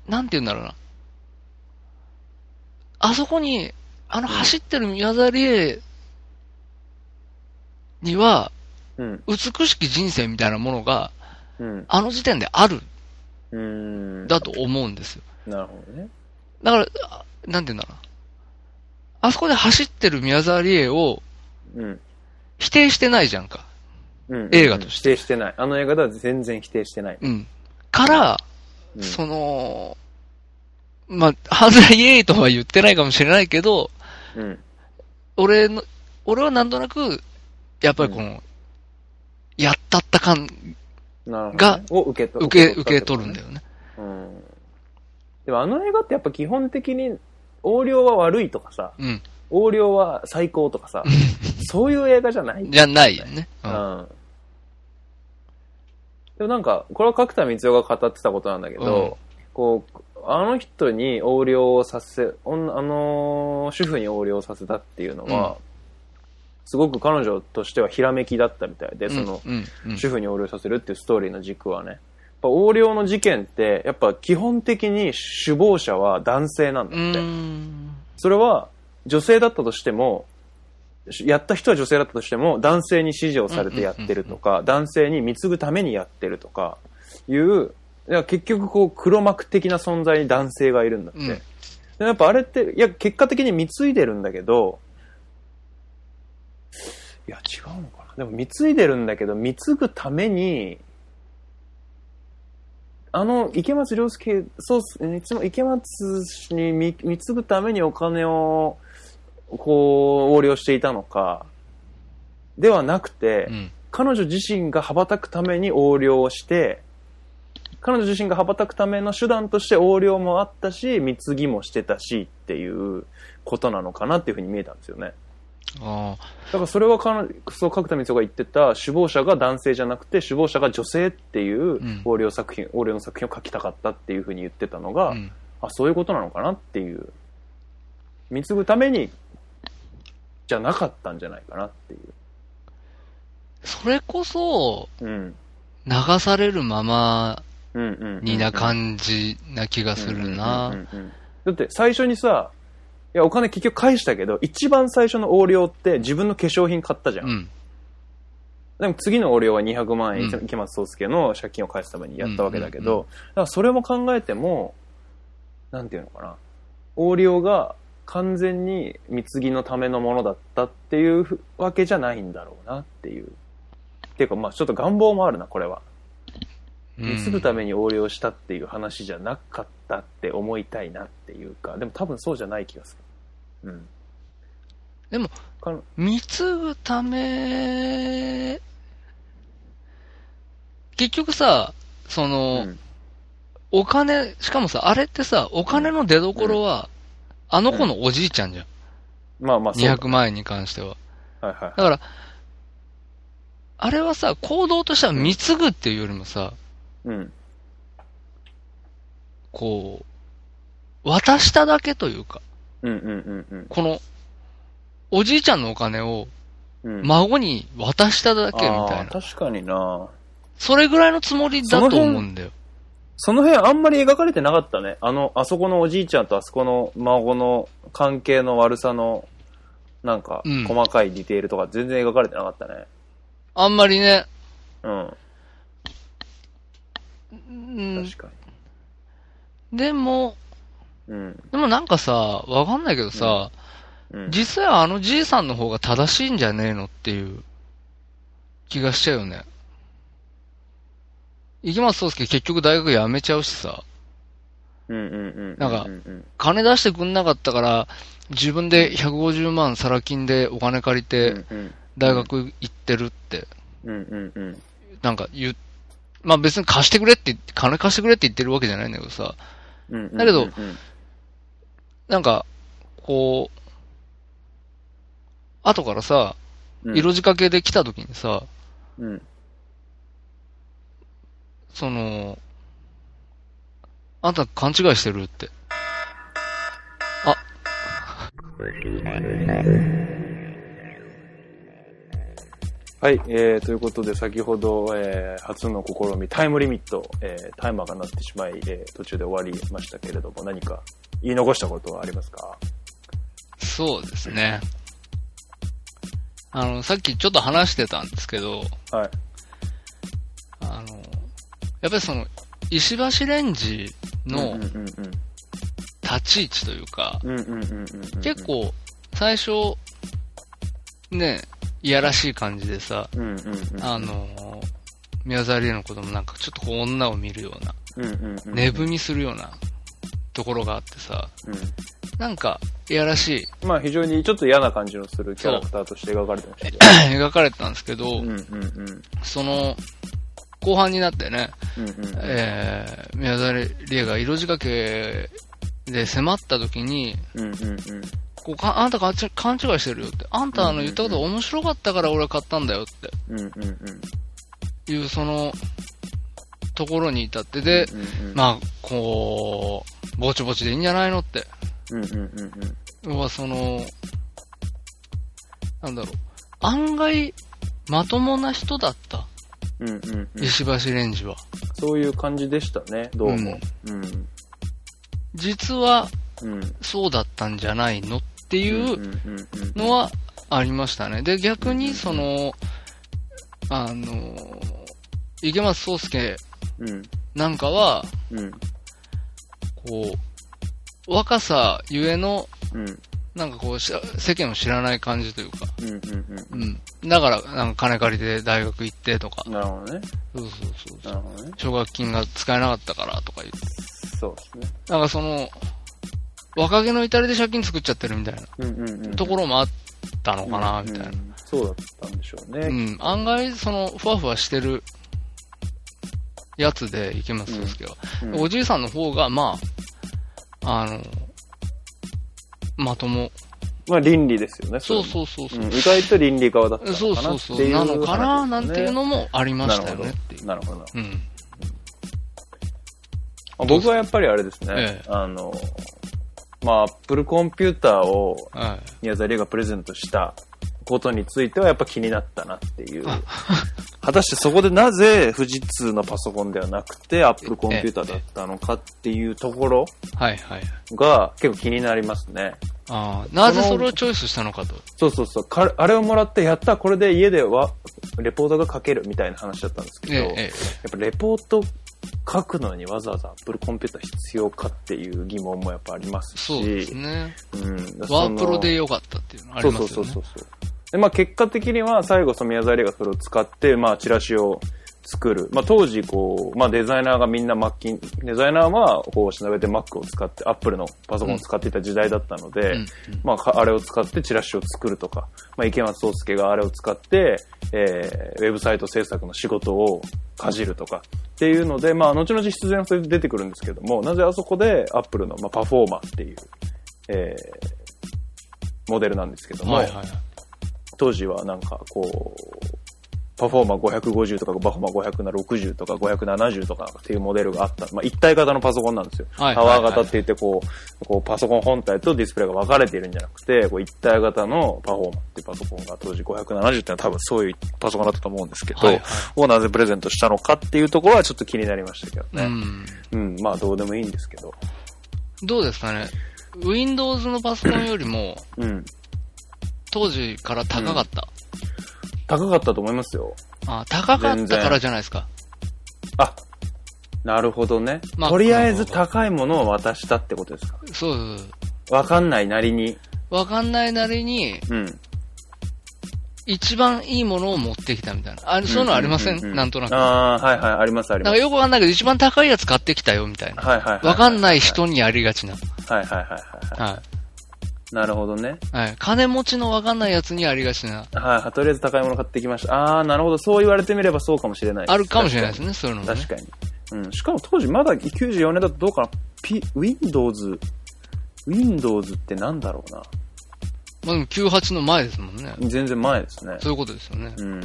なんて言うんだろうな。あそこに、あのうん走ってる宮沢りえには、うん。美しき人生みたいなものが、うん。あの時点である、うーん。だと思うんですよ。なるほどね。だから、あなんて言うんだろうな。あそこで走ってる宮沢りえをうん。否定してないじゃんか。うん、映画とし否定てしてない。あの映画では全然否定してない。うん。から、うんその、まあ、犯罪イエイとは言ってないかもしれないけど、うん。俺の、俺はなんとなく、やっぱりこの、やったった感なるほどね、がを受けと受け、受け取るんだよ。よね。うん。でもあの映画ってやっぱ基本的に、横領は悪いとかさ、うん。横領は最高とかさ、そういう映画じゃないじゃないよね。う。うんん。でもなんか、これは角田光代が語ってたことなんだけど、こう、あの人に横領をさせ、女あのー主婦に横領させたっていうのは、うんすごく彼女としてはひらめきだったみたいで、その、うん、うん。主婦に横領させるっていうストーリーの軸はね。やっぱ横領の事件って、やっぱ基本的に首謀者は男性なんだうって。ーん。それは女性だったとしても、しやった人は女性だったとしても、男性に指示をされてやってるとか、男性に貢ぐためにやってるとか、いう、いや結局こう黒幕的な存在に男性がいるんだって。うんでやっぱあれって、いや結果的に貢いでるんだけど、いや違うのかな。でも貢いでるんだけど、貢ぐために、あの、池松良介、そうっす、いつも池松氏にみ貢ぐためにお金を、こう、横領していたのか、ではなくて、うん。彼女自身が羽ばたくために横領をして、彼女自身が羽ばたくための手段として横領もあったし、貢ぎもしてたしっていうことなのかなっていうふうに見えたんですよね。あだからそれは彼女、そう、角田光代が言ってた、首謀者が男性じゃなくて、首謀者が女性っていううん横領作品、横領の作品を書きたかったっていうふうに言ってたのあ。が、うん。あ、そういうことなのかなっていう。貢ぐために、じゃなかったんじゃないかなっていう。それこそ、うん。流されるままうんうんうん、うん。にな感じな気がするな。うんうんうんうんだって最初にさ、いや、お金結局返したけど、一番最初の横領って自分の化粧品買ったじゃん。うん。でも次の横領は200万円、うん池松壮介の借金を返すためにやったわけだけど、うんうんだからそれも考えても、なんていうのかな、横領が完全に貢ぎのためのものだったっていうふわけじゃないんだろうなっていう。っていうか、まあちょっと願望もあるな、これは。うん貢ぐために横領したっていう話じゃなかったって思いたいなっていうか、でも多分そうじゃない気がする。うん。でもかの、貢ぐため、結局さ、その、うんお金、しかもさ、あれってさ、お金の出所は、あの子のおじいちゃんじゃん。まあまあそうだ。 200万円に関しては。はいはいだから、あれはさ、行動としては貢ぐっていうよりもさ、うん。こう、渡しただけというか、うんうんうんこの、おじいちゃんのお金をうん。うん、孫に渡しただあけみたいなー。確かになそれぐらいのつもりだと思うんだよ。その辺あんまり描かれてなかったね。あの、あそこのおじいちゃんとあそこの孫の関係の悪さの、なんかうん、細かいディテールとか全然描かれてなかったね。あんまりね、うん。うん確、かでも、に。うん。でもなんかさ、わかんないけどさ、うん。実際はあのじいさんの方が正しいんじゃねえのっていう気がしちゃうよね。池松壮介結局大学辞めちゃうしさ、うんうんうんうん。なんかうんうん金出してくんなかったから、自分で150万サラ金でお金借りてうん大学行ってるって、うんうんうん。なんか言う、まあ別に貸してくれって言って、金貸してくれって言ってるわけじゃないんだけどさ、うんうんうんだけどうんうんなんか、こう、後からさ、うん色仕掛けで来た時にさ、うん。その、あんた勘違いしてるって。あ。はい、えー、ということで、先ほど、えー、初の試み、タイムリミット、えー、タイマーが鳴ってしまい、えー、途中で終わりましたけれども、何か言い残したことはありますかそうですね。あの、さっきちょっと話してたんですけど、はい。あの、やっぱりその、石橋レンジうんのうん立ち位置というか、うん。うんうんうんうんうん。結。構、最初、ね、いやらしい感じでさ、うんうんうん。あの、宮沢りえのこともなんかちょっとこう女を見るような、うんうんうん。寝踏みするようなところがあってさ、うなんか、いやらし いん。まあ、非常にちょっと嫌な感じのするキャラクターとして描かれてましたけど。描かれてたんですけど、うんうんうん。うんその、後半になってね、うん。えー、宮沢りえが色仕掛けで迫った時に、うんうんうん。こうかあんた勘違勘違いしてるよって、あんたあうんうんうのん言ったこと面白かったから俺は買ったんだよっうんうんうん。ていう、その、ところに至って、で、うんうん、あ。まあ、こう、ぼちぼちでいいんじゃないのって。うんうんうんうん。要はその、なんだろう、案外、まともな人だった、うんうんうん。石橋レンジは。そういう感じでしたね、どうも。うん。実は、うん。そうだったんじゃないのっていいうの、はありましたね。で、逆に、その、あの、池松壮介うん。なんかは、うん。こう、若さゆえの、うん。なんかこう、し世間を知らない感じというか、うん。うん。うん。だから、なんか金借りて大学行ってとかう、ん。なるほどね。そうそうそうそなうるほどね。奨学金が使えなかったからとか言って、そうですね。なんかその、若気の至りで借金作っちゃってるみたいなうんうんうん。ところもあったのかな、みたいな。うんそうだったんでしょううね。ん、案外、その、ふわふわしてるやつで池松壮介は、うんおじいさんの方が、まあ、あの、まとも。まあ倫理ですよね。そうう。そうそうそう。うん意外と倫理側だったのかそうなそうってそう。いうなのかな、な話んですてねいうのもありまなしるたほよどねっていう。なるほど。うん。僕はやっぱりあれですねええ。あの、まあ、アップルコンピューターをは宮沢りえがプレゼントしたことについてはやっぱ気になったなっていう。 果たしてそこでなぜ富士通のパソコンではなくて Apple コンピューターだったのかっていうところい。はいはい。が結構気になりますね。ああ、なぜそれをチョイスしたのかと。そうそうそう。かあれをもらってやったこれで家ではレポートが書けるみたいな話だったんですけど、ええ、えやえ。っぱレポート書くのにわざわざ Apple コンピューター必要かっていう疑問もやっぱありますし。そうですね。うんワープロそので良かったっていうのあそりうまそすようね。そうそうそう。で、まあ結果的には最後その宮沢りえがそれを使って、まあチラシを作る。まあ当時こう、まあデザイナーがみんなマッキン、デザイナーはこう調べて Mac を使って、Apple のパソコンを使っていた時代だったので、うんうんまあかあれを使ってチラシを作るとか、まあ池松壮介があれを使って、えー、ウェブサイト制作の仕事をかじるとかっていうので、まあ後々必然それで出てくるんですけども、なぜあそこで Apple の、まあ、パフォーマーっていう、えー、モデルなんですけども、はいはいはい。当時はなんかこう、パフォーマー550とか、パフォーマー560とか、570とかっていうモデルがあった。まあ、一体型のパソコンなんですよ。はいタワー型って言って、こう、こうパソコン本体とディスプレイが分かれているんじゃなくて、こう一体型のパフォーマーっていうパソコンが当時570ってのは多分そういうパソコンだったと思うんですけど、はいはいをなぜプレゼントしたのかっていうところはちょっと気になりましたけどうね。ん。うん、まあどうでもいいんですけど。どうですかね ?Windows のパソコンよりも、うん。当時から高かった。高かったと思いますよ。あ高かったからじゃないですか。あ、なるほどね。まあとりあえず高いものを渡したってことですか。そうそうそう。わかんないなりに。わかんないなりに、うん。一番いいものを持ってきたみたいな。あそういうのありません,、うううなんとなく。なああ、はいはい、ありますありんまかす。よくわかんないけど、一番高いやつ買ってきたよ、みたいな。はいはいはいはい。わかんない人にやりがちな。はいはいはいはいは。はいなるほどね。い。はい。金持ちのわかんないやつにやりがちな。はいはい、とりあえず高いもの買ってきました。ああ、なるほど。そう言われてみればそうかもしれないですあるかもしれないですね、そういうのも、ね。確かに。うん。しかも当時まだ94年だとどうかな。P、Windows、Windows ってなんだろうな。まあでも98の前ですもんね。全然前ですね。そういうことですよね。うん。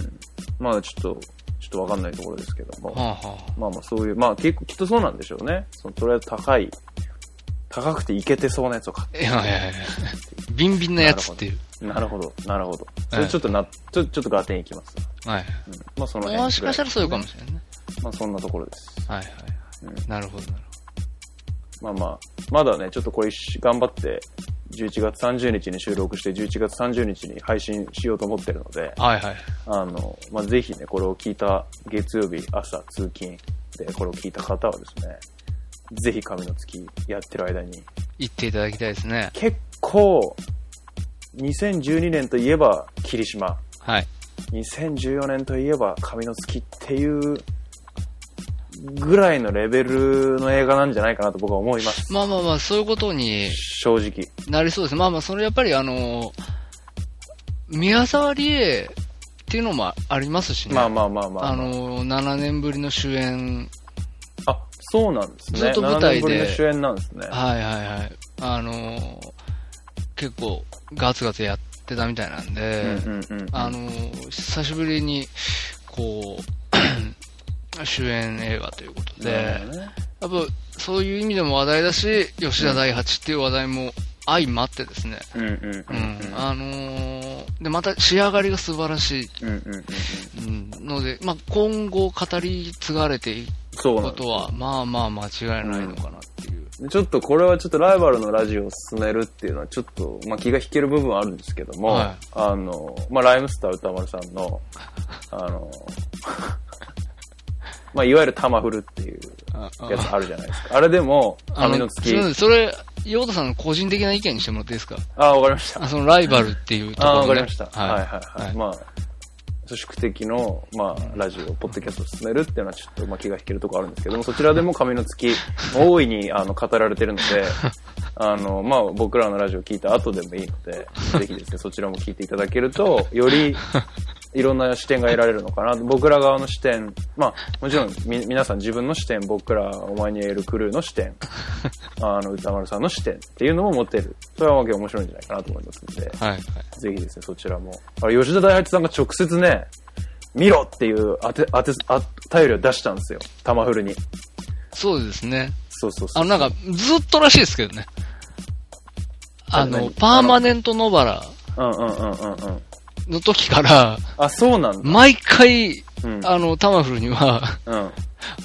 まだちょっと、ちょっとわかんないところですけども。はあ、はまあまあそういう、まあ結構きっとそうなんでしょうね。そのとりあえず高い、高くていけてそうなやつを買っあ、いやいやいやビンビンなやつっていう。て。なるほど、なるほど。そえれえちょっとな、ちょちょっとガテンいきます。はい。うん、まあその辺ぐらい、もしかしたらそういうかもししれないね。れない。まあそんなところです。はいはいはうい。なるほど、なるまあまあ、まだね、ちょっとこれし頑張って、11月30日に収録して、11月30日に配信しようと思ってるので、ほど。はいはい。あの、まあぜひね、これを聞いた月曜日朝通勤でこれを聞いた方はですね、ぜひ紙の月やってる間に行っていただきたいですね。結構、2012年といえば霧島、はい。 2014年といえば神の月っていうぐらいのレベルの映画なんじゃないかなと僕は思います。まあまあまあ、そういうことに正直。なりそうです。まあまあ、それやっぱりあの、宮沢りえっていうのもありますしね。まあまあまあまあ。あの、7年ぶりの主演、あ、そうなんですね。ずっと舞台7年でぶりの主演なんですね。はいはいはい。あの、結構ガツガツやってたみたいなんで、うんうんうん。あの、久しぶりに、こう、 主演映画ということで、なるほどねやっぱそういう意味でも話題だし、吉田大八っていう話題も相まってですね、うんうんうんうん、あのーで、また仕上がりが素晴らしい、うんうんうんうん。うん、ので、まあ、今後語り継がれていくそうなこんですとよは、まあまあ間違いないのかなっていう。ちょっとこれはちょっとライバルのラジオを進めるっていうのはちょっと、まあ、気が引ける部分はあるんですけども、はいあの、まあ、ライムスター歌丸さん の、あの、まあ、いわゆるタマフルっていうああやつあるじゃないですか。あれでも、あ髪のす月いませ。んそれ、ヨーダさんの個人的な意見にしてもらっていいですかあ、わかりました。あそのライバルっていうとこあ、ろ、ね。わかりました。はいはいはい。はいまあ、組織的の、まあ、ラジオ、ポッドキャストを進めるっていうのはちょっと、まあ、気が引けるところあるんですけど も、そちらでも髪の月、大いに、あの、語られてるので、あの、まあ、僕らのラジオ聞いた後でもいいの で、ぜひですね、そちらも聞いていただけると、より、いろんな視点が得られるのかな。僕ら側の視点、まあ、もちろん、み、皆さん自分の視点、僕ら、お前に言えるクルーの視 点、あの、歌丸さんの視点っていうのも持てる。それはわけ面白いんじゃないかなと思いますので、はいはい。ぜひですね、そちらも。あれ、吉田大八さんが直接ね、見ろっていう当て、当て、あ、頼りを出したんですよ。タマフルに。そうですね。そうそうそあう。の、なんか、ずっとらしいですけどね。ああれの、何パーマネントノバラうんうんうんうんうん。の時から、あ、そうなんだ。毎回、うん。あの、タマフルには、 うん。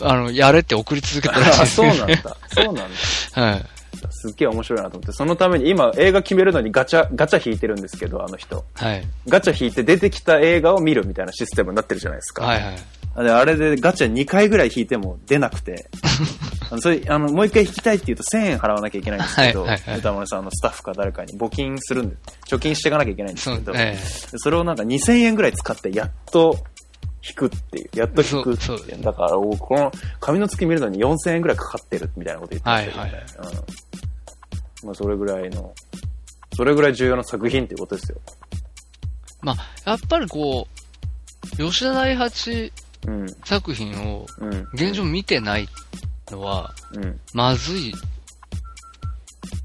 あの、やれって送り続けたらしいあ、ですそうね。なんだ。そうなんだ。 はい。すっげえ面白いなと思って。そのために今映画決めるのにガチャ、ガチャ引いてるんですけど、あの人。はい。ガチャ引いて出てきた映画を見るみたいなシステムになってるじゃないですか。はいはい。で、あれでガチャ2回ぐらい引いても出なく て、あのそれ、あの、もう1回引きたいって言うと1000円払わなきゃいけないんですけどはいはいは、い歌丸さんのスタッフか誰かに募金するんで、貯金していかなきゃいけないんですそけうど、、えでそれをなんか2000円ぐらい使ってやっと引くっていう、やっと引くってそうそういでう。すだから、おこの髪の月見るのに4000円ぐらいかかってるみたいなこと言ってましたけどね。はいはいうん。まあ、それぐらいの、それぐらい重要な作品っていうことですよ。まあ、やっぱりこう、吉田大八うん、作品をうん、現状見てないのは、うん。まずい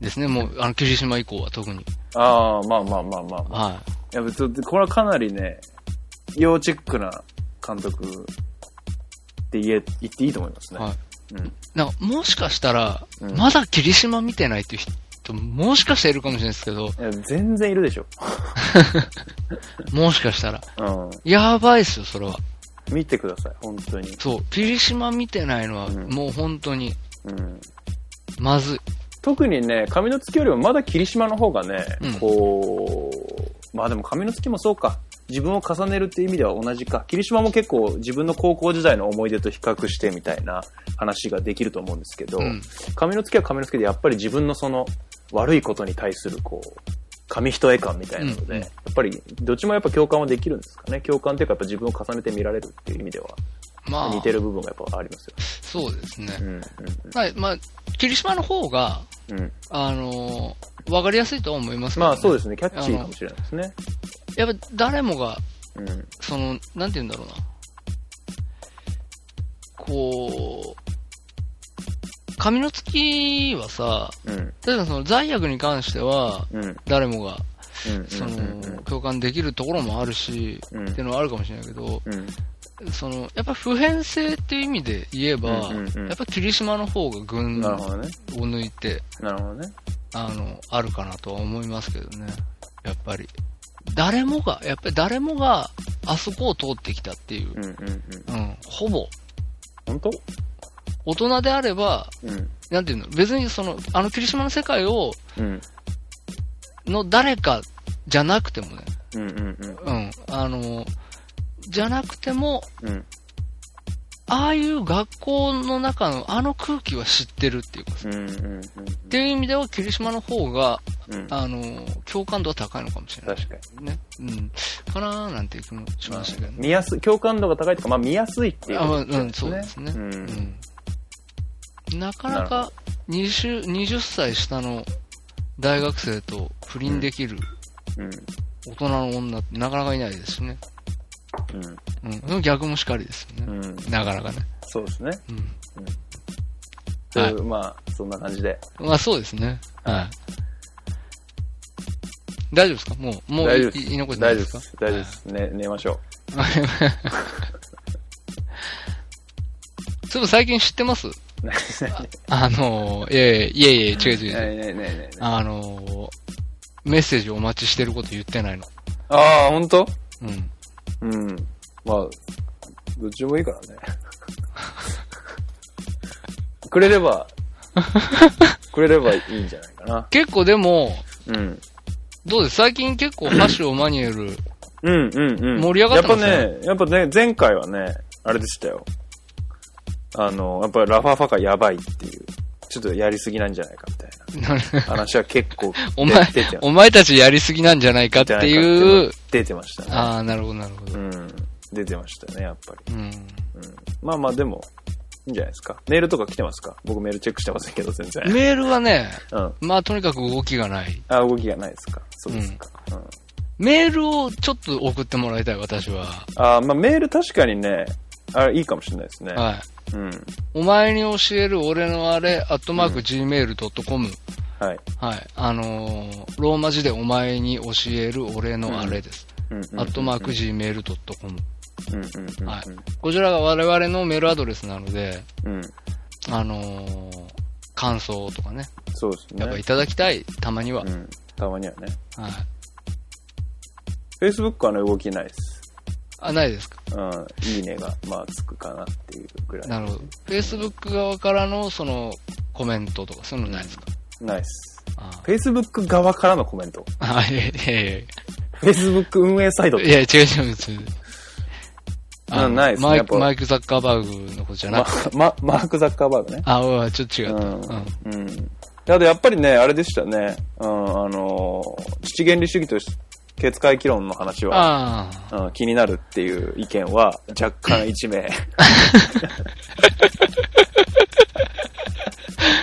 ですね。もう、あの、霧島以降は特に。ああ、まあまあまあまあまあ。はいや、別に、これはかなりね、要チェックな監督って言え、言っていいと思いますね。はいうん。なんか、もしかしたら、うんまだ霧島見てないっていう人、もしかしたらいるかもしれないですけいど、や、全然いるでしょ。もしかしたら。うん。やばいっすよ、それは。見てください、本当に。そう、霧島見てないのは、うんもう本当に、うん。まずい。特にね、髪の月よりもまだ霧島の方がね、うんこう、まあでも髪の月もそうか。自分を重ねるっていう意味では同じか。霧島も結構自分の高校時代の思い出と比較してみたいな話ができると思うんですけど、うん。髪の月は髪の月でやっぱり自分のその悪いことに対するこう、紙一重感みたいなので、うんうんやっぱりどっちもやっぱ共感はできるんですかね。共感というかやっぱ自分を重ねて見られるっていう意味ではまあ似、てる部分がやっぱありますよ。そうですねう。んまあ、まあ、霧島の方が、うんうん、あのーわかりやすいとは思いますけど、ね。まあそうですね、キャッチーかもしれないですね。やっぱ誰もが、うんその、なんて言うんだろうな。こう、髪の月はさ、うん例えばその罪悪に関しては、うんうん誰もが、うんそのうんうん、共感できるところもあるし、うんっていうのはあるかもしれないけど、うんその、やっぱ普遍性っていう意味で言えば、うんうんうんやっぱ霧島の方が群なるをほどね。抜いて、なるほどね。あの、あるかなとは思いますけどね。やっぱり。誰もが、やっぱり誰もが、あそこを通ってきたっていうう。んうんうん。うん。ほぼ、本当大人であれば、うん。なんていうの、別にその、あの霧島の世界を、うん。の誰かじゃなくてもね、うんうんうんうん。あの、じゃなくても、うん。ああいう学校の中のあの空気は知ってるっていうかうさ、んうんうんっていう意味では霧島の方が、うん。あの、共感度は高いのかもしれない。確かに。ね。うん。かなーなんていう気もしましたけどね。見やすい、共感度が高いとか、まあ見やすいっていうあ、まあ、こうん、とそうですね。うん。うんなかななるか 20, 20歳下の大学生と不倫できるうん。大人の女ってなかなかいないですしね。うんうん。その逆もしかりですうよね。ん。なかなかね。そうですね。うん。とはいいう、まあ、そんな感じで。まあそうですね。はい。大丈夫ですかもう、もう大い丈夫でいす。いい残大し丈ない夫でですかす。大丈夫です。ね、寝まし ょす。そういえば最近知ってますう。ねあのー、いやいやいやいや、違う違う違う。ねねね ねあのー、メッセージお待ちしてること言ってないの。ああ、本当うん。うん。まあ、どっちもいい からね。くれれば、くれればいいんじゃないかな。結構でも、うん。どうです最近結構、ハッシュをマニュエル、うんうんうん。盛り上がってますねやっぱね、やっぱね、前回はね、あれでしたよ。あの、やっぱりラファファがやばいっていう、ちょっとやりすぎなんじゃないかみたい な話は結構お前出て、お前たちやりすぎなんじゃないかっていう、。出てましたね。ああ、なるほど、なるほうど。ん。出てましたね、やっぱり。うん。うんまあまあでも、いいんじゃないですか。メールとか来てますか僕メールチェックしてませんけど、全然。メールはね、うん。まあとにかく動きがない。あ、動きがないですか。そうですか。うん。メールをちょっと送ってもらいたい、私は。あ、まあメール確かにね、あいいかもしれないですね。はい。うん。お前に教える俺のあれ、アットマーク gmail.com。はい。はい。あのーローマ字でお前に教える俺のあれです。うんアットマーク gmail.com。うんうんうんうん。はい。こちらが我々のメールアドレスなので、うん。あのー感想とかね、そうですね。やっぱいただきたい、たまには。うん。たまにはね。はい。 Facebook はね、動きないです。あ、ないですか。うん。いいねが、まあ、つくかなっていうぐらい。なるほど。Facebook 側からの、その、コメントとか、そういうのないですか。ナイス。あ Facebook 側からのコメント。ああ、いやいやい Facebook 運営サイドや。いや、違う違う違う。なないですねマやイっぱク、マイク・ザッカーバーグのことじゃなまくて。、ま、マーク・ザッカーバーグね。あ、うわ、ちょっと違った。うん。うん。うん。あとやっぱりね、あれでしたね。うん、あのー、父原理主義と決壊議論の話は、ああ。うん、気になるっていう意見は若干1名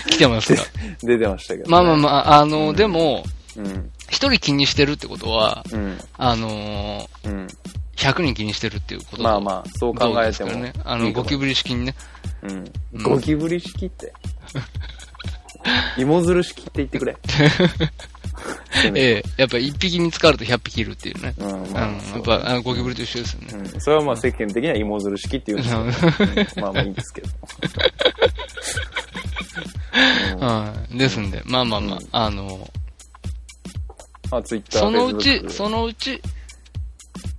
来て ますか。出てましたけど、ね。まあまあまあ、あの、でも、うん、一人気にしてるってことは、うん、あのうー、ん。 100人気にしてるっていうことまあまあ、そうあ考えても。ね。あの、ゴキブブリ式にね。リ。うんゴキブリ 式って。芋づる式って言ってくれ。攻めてええ、やっぱ一匹見つかると100匹いるっていうね。うんうん、まあやっぱ、あのゴキブリと一緒ですよね。うんそれはまあ世間的には芋づる式っていうんですけど、うんまあまあいいんですけど。はい。ですんで、 まあまあまあ、うんあの、まあツイッター、そのうち、 Facebook そのうち、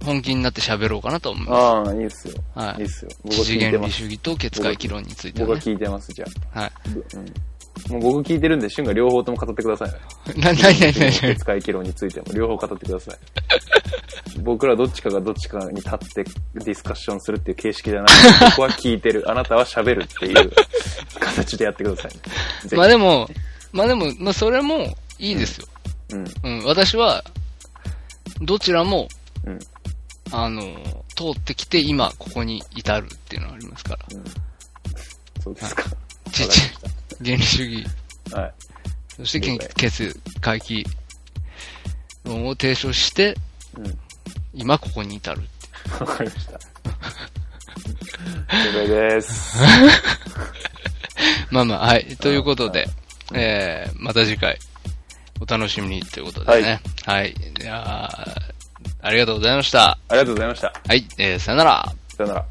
本気になって喋ろうかなと思います。ああ、いいですよ。はいいですよ。僕一は次聞いて元ま理す。主義と決界議論について僕はね。聞いてます、じゃはい。あ。もう僕聞いてるんで、シュンが両方とも語ってください。 な、なになになになに使い議論についても両方語ってく ださい。僕らどっちかがどっちかに立ってディスカッションするっていう形式 じゃなくて、僕は聞いてる、あなたは喋るっていう形でやってください、ぜひまあでも、まあでも、まあそれもいいですよ。うん。うん、私は、どちらも、うんあの、通ってきて今ここに至るっていうのはありますから。そうですか。ちわっかりちゃい原理主義、はい。そして了献解血、回帰を提唱して、うん。今ここに至るっていう。わかりま した。了解です。まあまあ、はい。ということで、えー、また次回、お楽しみにということでね。はい。じゃあ、ありがとうございました。ありがとうございました。はい、えー、さよなら。さよなら。